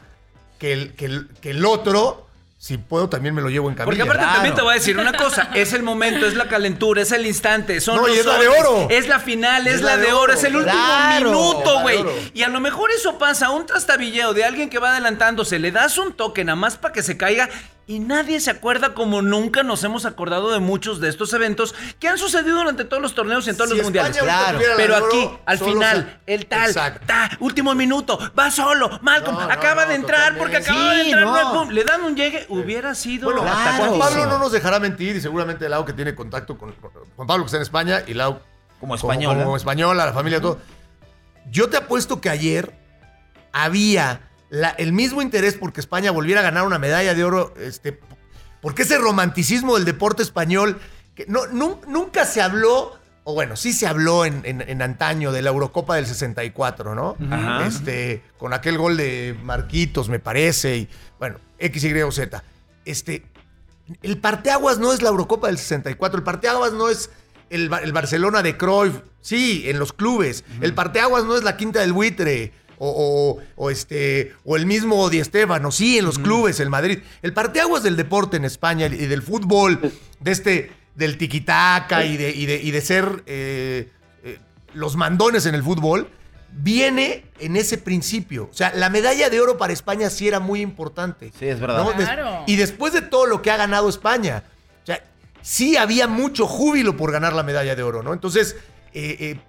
Speaker 6: que el, que, el, que el otro, si puedo, también me lo llevo en
Speaker 2: Porque
Speaker 6: camilla.
Speaker 2: aparte
Speaker 7: Claro.
Speaker 2: también te voy a decir una cosa, es el momento, es la calentura, es el instante, son
Speaker 6: No, y
Speaker 2: los
Speaker 6: es la de
Speaker 2: hombres,
Speaker 6: oro.
Speaker 2: es la final, es, la, de oro, es el último
Speaker 7: claro,
Speaker 2: minuto,
Speaker 6: la
Speaker 2: güey.
Speaker 6: de oro.
Speaker 2: Y a lo mejor eso pasa, un trastabilleo de alguien que va adelantándose, le das un toque nada más para que se caiga y nadie se acuerda como nunca nos hemos acordado de muchos de estos eventos que han sucedido durante todos los torneos y en todos
Speaker 6: Si
Speaker 2: los mundiales.
Speaker 6: España ahorita
Speaker 7: Claro.
Speaker 6: tuviera la
Speaker 2: Pero
Speaker 6: de oro,
Speaker 2: aquí, al
Speaker 6: solo
Speaker 2: final,
Speaker 6: se-
Speaker 2: el tal,
Speaker 6: Exacto.
Speaker 2: ta, último minuto, va solo, Malcolm,
Speaker 6: No, no,
Speaker 2: acaba
Speaker 6: no,
Speaker 2: de entrar
Speaker 6: totalmente.
Speaker 2: porque acaba de
Speaker 7: Sí,
Speaker 2: entrar,
Speaker 7: no.
Speaker 2: Malcolm, le dan un llegue, hubiera sido
Speaker 6: Bueno,
Speaker 7: Claro.
Speaker 6: Juan Pablo
Speaker 7: Sí.
Speaker 6: no nos dejará mentir y seguramente Lau que tiene contacto con, con- Juan Pablo que está en España y Lau
Speaker 7: Como
Speaker 6: como-
Speaker 7: española.
Speaker 6: como española, la familia, todo. Yo te apuesto que ayer había la- el mismo interés porque España volviera a ganar una medalla de oro, este, porque ese romanticismo del deporte español, que no, nun- nunca se habló, o bueno, sí se habló en, en- en antaño de la Eurocopa del 64, ¿no?
Speaker 2: Ajá.
Speaker 6: Este, con aquel gol de Marquitos, me parece, y bueno, X, Y o Z. Este, el parteaguas no es la Eurocopa del 64, el parteaguas no es el, Ba- el Barcelona de Cruyff, sí, en los clubes, el parteaguas no es la Quinta del Buitre o, o- o este, o el mismo Di Estefano, sí, en los clubes, el Madrid. El parteaguas del deporte en España y del fútbol, de este, del tiquitaca y de, y de, y de ser eh, eh, los mandones en el fútbol, viene en ese principio. O sea, la medalla de oro para España sí era muy importante.
Speaker 7: Sí, es verdad.
Speaker 6: ¿no? Des-
Speaker 5: Claro.
Speaker 6: y después de todo lo que ha ganado España, o sea, sí había mucho júbilo por ganar la medalla de oro, ¿no? Entonces, eh, eh,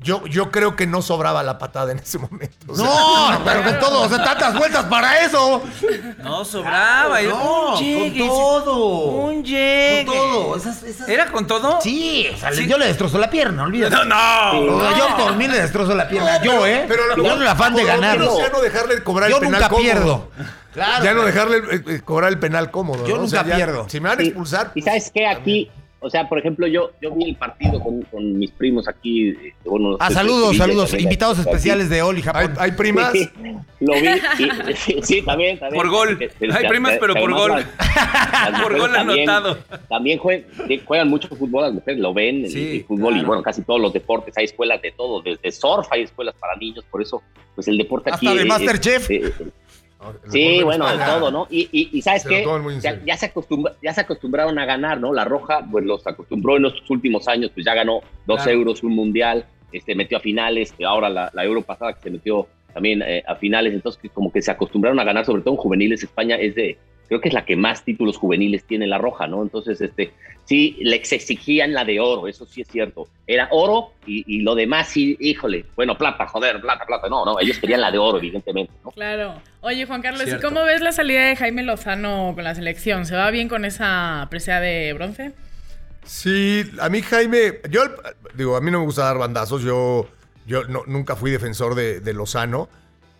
Speaker 6: yo, yo creo que no sobraba la patada en ese momento. o sea.
Speaker 7: No, pero con todo, o sea, tantas vueltas para eso.
Speaker 2: No sobraba, era
Speaker 7: No,
Speaker 2: un
Speaker 7: con
Speaker 2: llegue.
Speaker 7: todo.
Speaker 2: Un llegue.
Speaker 7: Con todo. Esas- esas-
Speaker 2: ¿Era con todo?
Speaker 7: Sí, o sea, le-
Speaker 2: Sí.
Speaker 7: yo le destrozo la pierna, olvídate.
Speaker 2: No, no.
Speaker 7: No, Yo por mí le destrozo la pierna, yo, ¿eh?
Speaker 6: Pero la-
Speaker 7: yo no el afán de
Speaker 6: por lo
Speaker 7: ganar.
Speaker 6: menos ya no dejarle cobrar
Speaker 7: Yo
Speaker 6: el penal
Speaker 7: nunca
Speaker 6: cómodo.
Speaker 7: pierdo. Claro.
Speaker 6: Ya no dejarle eh, eh, cobrar el penal cómodo.
Speaker 7: Yo
Speaker 6: ¿no? O sea,
Speaker 7: nunca
Speaker 6: ya-
Speaker 7: pierdo.
Speaker 6: Si me van a
Speaker 4: Sí.
Speaker 6: expulsar.
Speaker 4: Y sabes qué, aquí, o sea, por ejemplo, yo, yo vi el partido con, con mis primos aquí. eh, Bueno,
Speaker 7: Ah,
Speaker 4: soy de
Speaker 7: saludos,
Speaker 4: Sevilla,
Speaker 7: saludos.
Speaker 4: también,
Speaker 7: Invitados
Speaker 4: aquí.
Speaker 7: especiales de Oli
Speaker 6: Hay,
Speaker 7: Japón.
Speaker 6: hay primas.
Speaker 4: Sí, lo vi. y- sí, sí, también, también.
Speaker 2: Por gol.
Speaker 4: Que- que-
Speaker 2: Hay
Speaker 4: que-
Speaker 2: primas,
Speaker 4: que-
Speaker 2: pero
Speaker 4: que
Speaker 2: por
Speaker 4: además
Speaker 2: gol.
Speaker 4: las- las
Speaker 2: Por
Speaker 4: mujeres
Speaker 2: gol
Speaker 4: también-
Speaker 2: anotado.
Speaker 4: También jue- de- juegan, mucho fútbol las mujeres, lo ven el,
Speaker 2: Sí,
Speaker 4: el fútbol
Speaker 2: claro.
Speaker 4: y bueno, casi todos los deportes, hay escuelas de todo, desde surf hay escuelas para niños, por eso pues el deporte
Speaker 7: Hasta
Speaker 4: aquí...
Speaker 7: de
Speaker 4: eh,
Speaker 7: Masterchef.
Speaker 4: eh, eh, Sí, bueno, de todo, ¿no? Y, y, y ¿sabes
Speaker 6: Se lo
Speaker 4: qué?
Speaker 6: toman muy en
Speaker 4: Ya,
Speaker 6: serio.
Speaker 4: ya se acostumbra- ya se acostumbraron a ganar, ¿no? La Roja, pues los acostumbró en los últimos años, pues ya ganó dos
Speaker 7: Claro.
Speaker 4: euros, un mundial, este, metió a finales, que ahora la, la euro pasada que se metió también eh, a finales, entonces que como que se acostumbraron a ganar, sobre todo en juveniles, España es de, creo que es la que más títulos juveniles tiene la Roja, ¿no? Entonces, este, sí, le exigían la de oro, eso sí es cierto, era oro y, y lo demás sí, híjole, bueno, plata, joder, plata, plata, no, no, ellos querían la de oro, evidentemente, ¿no?
Speaker 5: Claro. Oye, Juan Carlos,
Speaker 2: Cierto.
Speaker 5: ¿y cómo ves la salida de Jaime Lozano con la selección? ¿Se va bien con esa presea de bronce?
Speaker 6: Sí, a mí Jaime, yo digo, a mí no me gusta dar bandazos, yo, yo no- nunca fui defensor de, de Lozano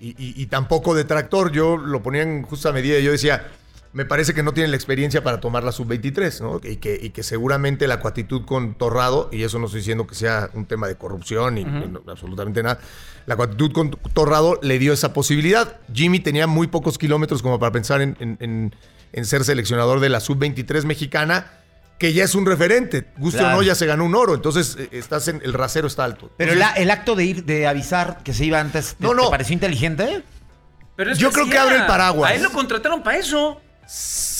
Speaker 6: y, y- y tampoco detractor, yo lo ponía en justa medida y yo decía, me parece que no tiene la experiencia para tomar la sub-23, ¿no? Y que, y que seguramente la cuatitud con Torrado, y eso no estoy diciendo que sea un tema de corrupción ni ni no- absolutamente nada, la cuatitud con Torrado le dio esa posibilidad. Jimmy tenía muy pocos kilómetros como para pensar en- en- en- en ser seleccionador de la sub-23 mexicana que ya es un referente. Guste
Speaker 7: Claro.
Speaker 6: o no, ya se ganó un oro. Entonces, eh, estás en, el rasero está alto.
Speaker 7: Pero el,
Speaker 6: Entonces,
Speaker 7: el acto de ir, de avisar que se iba antes, ¿te,
Speaker 6: No, no.
Speaker 7: te pareció inteligente?
Speaker 2: Pero es
Speaker 6: Yo creo
Speaker 2: sí
Speaker 6: que
Speaker 2: era.
Speaker 6: abre el paraguas.
Speaker 2: A él lo contrataron para eso.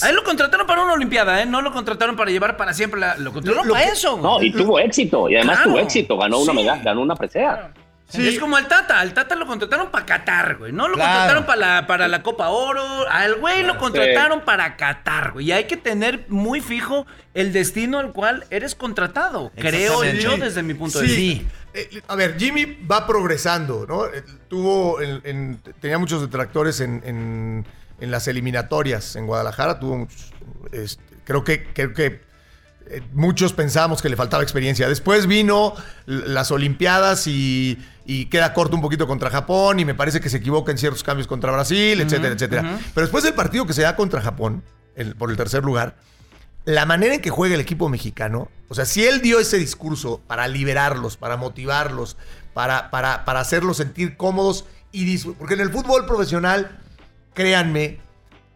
Speaker 2: A él lo contrataron para una Olimpiada, ¿eh? No lo contrataron para llevar para siempre la. Lo contrataron
Speaker 6: Lo-
Speaker 2: para
Speaker 6: lo-
Speaker 2: eso.
Speaker 4: No, y tuvo éxito, y además
Speaker 2: Claro.
Speaker 4: tuvo éxito, ganó una
Speaker 2: Sí.
Speaker 4: medalla, ganó una presea.
Speaker 6: sí,
Speaker 2: Es como al Tata. Al Tata lo contrataron para Qatar, güey. No lo
Speaker 7: Claro. Ah,
Speaker 2: contrataron para la, para la Copa Oro. Al güey lo contrataron para Qatar, güey. Y hay que tener muy fijo el destino al cual eres contratado. Creo
Speaker 7: Exactamente.
Speaker 2: yo desde mi punto de
Speaker 6: sí.
Speaker 2: vista.
Speaker 6: Eh, a ver, Jimmy va progresando, ¿no? Eh, Tuvo en- en- tenía muchos detractores en, en- en las eliminatorias en Guadalajara. Tuvo muchos. este, creo que, creo que
Speaker 8: eh, muchos pensamos que le faltaba experiencia. Después vino l- las Olimpiadas y, y queda corto un poquito contra Japón y me parece que se equivoca en ciertos cambios contra Brasil, etcétera, etcétera. Pero después del partido que se da contra Japón, el- por el tercer lugar, la manera en que juega el equipo mexicano, o sea, si él dio ese discurso para liberarlos, para motivarlos, para, para, para hacerlos sentir cómodos y disfr- Porque en el fútbol profesional, créanme,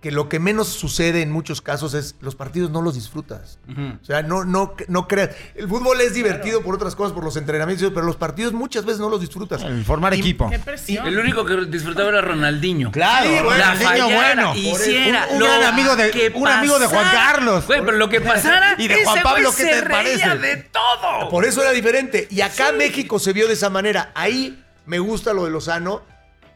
Speaker 8: que lo que menos sucede en muchos casos es los partidos no los disfrutas. O sea, no, no, no creas. El fútbol es divertido por otras cosas, por los entrenamientos, pero los partidos muchas veces no los disfrutas.
Speaker 7: El formar equipo.
Speaker 5: Qué presión.
Speaker 2: El único que disfrutaba era Ronaldinho.
Speaker 7: Claro,
Speaker 8: Sí, bueno,
Speaker 2: la
Speaker 8: niño
Speaker 2: fallara,
Speaker 7: bueno.
Speaker 2: hiciera
Speaker 7: Un- un
Speaker 2: lo
Speaker 7: gran amigo de-
Speaker 2: que
Speaker 7: un amigo de Juan
Speaker 2: pasara.
Speaker 7: Carlos.
Speaker 2: Güey, pero lo que pasara
Speaker 8: Y de Juan Pablo,
Speaker 2: que
Speaker 8: ¿qué
Speaker 2: se
Speaker 8: te
Speaker 2: reía
Speaker 8: parece?
Speaker 2: de todo.
Speaker 8: Por eso era diferente. Y acá México se vio de esa manera. Ahí me gusta lo de Lozano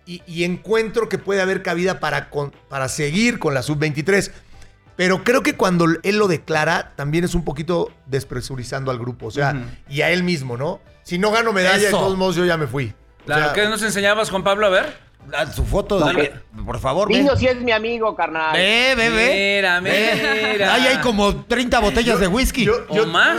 Speaker 8: y, y encuentro que puede haber cabida para, con- para seguir con la sub-23. Pero creo que cuando él lo declara, también es un poquito despresurizando al grupo. O sea, y a él mismo, ¿no? Si no gano medalla, de
Speaker 7: Eso.
Speaker 8: todos modos yo ya me fui. O
Speaker 2: Claro,
Speaker 8: sea,
Speaker 2: ¿qué nos enseñabas, Juan Pablo? A ver.
Speaker 7: Ah, Su foto,
Speaker 4: No,
Speaker 7: dale, por favor, ve.
Speaker 4: Niño, sí es mi amigo, carnal.
Speaker 7: Ve, ve, ve.
Speaker 2: Mira,
Speaker 7: Ve.
Speaker 2: mira.
Speaker 7: Ahí hay como 30 botellas de whisky.
Speaker 8: yo,
Speaker 2: ¿O
Speaker 8: yo-
Speaker 2: más?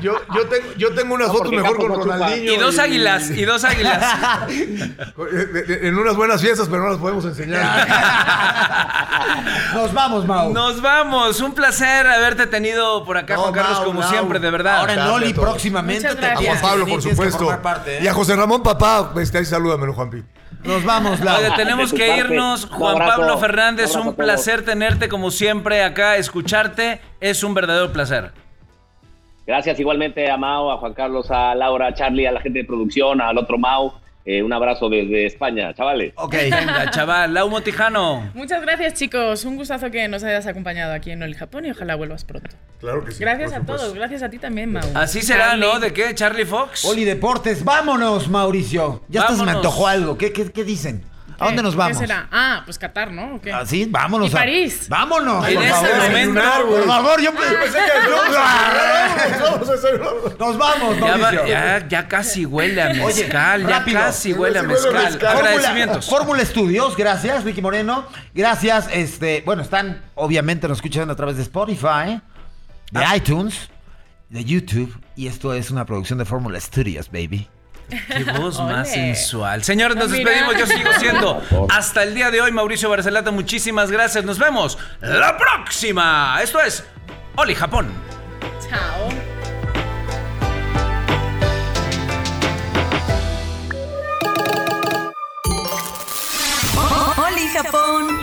Speaker 8: yo, yo tengo, yo tengo unas
Speaker 4: No,
Speaker 8: fotos
Speaker 4: porque
Speaker 8: mejor
Speaker 4: Campos
Speaker 8: con
Speaker 4: no chupa.
Speaker 8: Ronaldinho.
Speaker 2: Y dos águilas, y dos águilas.
Speaker 8: Eh, En unas buenas fiestas, pero no las podemos enseñar.
Speaker 7: Nos vamos, Mau.
Speaker 2: Nos vamos. Un placer haberte tenido por acá,
Speaker 8: No,
Speaker 2: Juan Carlos,
Speaker 8: Mau,
Speaker 2: como
Speaker 8: Mau.
Speaker 2: siempre, de verdad.
Speaker 7: Ahora en
Speaker 8: Dale,
Speaker 7: Oli
Speaker 8: todo.
Speaker 7: próximamente.
Speaker 5: Muchas
Speaker 7: te-
Speaker 8: A
Speaker 5: gracias.
Speaker 8: Juan Pablo, por
Speaker 7: tienes que
Speaker 8: supuesto.
Speaker 7: formar parte, ¿eh?
Speaker 8: Y a José Ramón, papá. este, Ahí salúdamelo, Juanpi.
Speaker 7: Nos vamos,
Speaker 2: Oye,
Speaker 7: Lau.
Speaker 2: tenemos
Speaker 4: De tu
Speaker 2: que
Speaker 4: parte,
Speaker 2: irnos.
Speaker 4: un
Speaker 2: Juan
Speaker 4: abrazo,
Speaker 2: Pablo Fernández,
Speaker 4: un abrazo
Speaker 2: un
Speaker 4: a todos.
Speaker 2: placer tenerte como siempre acá, escucharte. Es un verdadero placer.
Speaker 4: Gracias igualmente a Mao, a Juan Carlos, a Laura, a Charlie, a la gente de producción, al otro Mao. Eh, un abrazo desde España, chavales.
Speaker 7: Ok.
Speaker 2: Venga, chaval. Lau Motijano.
Speaker 5: Muchas gracias, chicos. Un gustazo que nos hayas acompañado aquí en El Japón y ojalá vuelvas pronto.
Speaker 8: Claro que sí.
Speaker 5: Gracias
Speaker 8: por
Speaker 5: a
Speaker 8: supuesto.
Speaker 5: todos, gracias a ti también, Mau.
Speaker 2: Así será,
Speaker 5: Charlie.
Speaker 2: ¿no? ¿De qué? ¿Charlie Fox?
Speaker 7: Oli Deportes, vámonos, Mauricio. Ya estás, me
Speaker 2: Vámonos.
Speaker 7: antojó algo. ¿Qué, qué, qué dicen? ¿A dónde
Speaker 5: ¿Qué?
Speaker 7: nos vamos?
Speaker 5: ¿Qué será? Ah, pues Qatar, ¿no? ¿O qué?
Speaker 7: Ah, sí, vámonos.
Speaker 5: Y
Speaker 7: a-
Speaker 5: París.
Speaker 7: Vámonos.
Speaker 2: En
Speaker 7: por
Speaker 2: ese
Speaker 7: favor.
Speaker 2: momento.
Speaker 8: Desayunar, güey.
Speaker 7: Por favor, yo
Speaker 8: Pensé que- Vamos a desayunar.
Speaker 7: Ah. Nos vamos,
Speaker 2: Ya, va-
Speaker 7: Mauricio.
Speaker 2: ya- ya casi huele a mezcal, ya
Speaker 7: rápido.
Speaker 2: casi huele a
Speaker 8: Sí, huele a
Speaker 2: mezcal.
Speaker 8: mezcal.
Speaker 2: Agradecimientos.
Speaker 7: Fórmula, Fórmula Estudios, gracias, Vicky Moreno. Gracias, este, bueno, están, obviamente nos escuchan a través de Spotify, de
Speaker 2: Ah.
Speaker 7: iTunes, de YouTube, y esto es una producción de Fórmula Studios, baby.
Speaker 2: Qué voz más
Speaker 5: Ole.
Speaker 2: sensual. Señores, nos
Speaker 5: No, mira.
Speaker 2: despedimos. Yo sigo siendo hasta el día de hoy Mauricio Barcelata. Muchísimas gracias. Nos vemos la próxima. Esto es Oli Japón.
Speaker 5: Chao.
Speaker 1: Oli Japón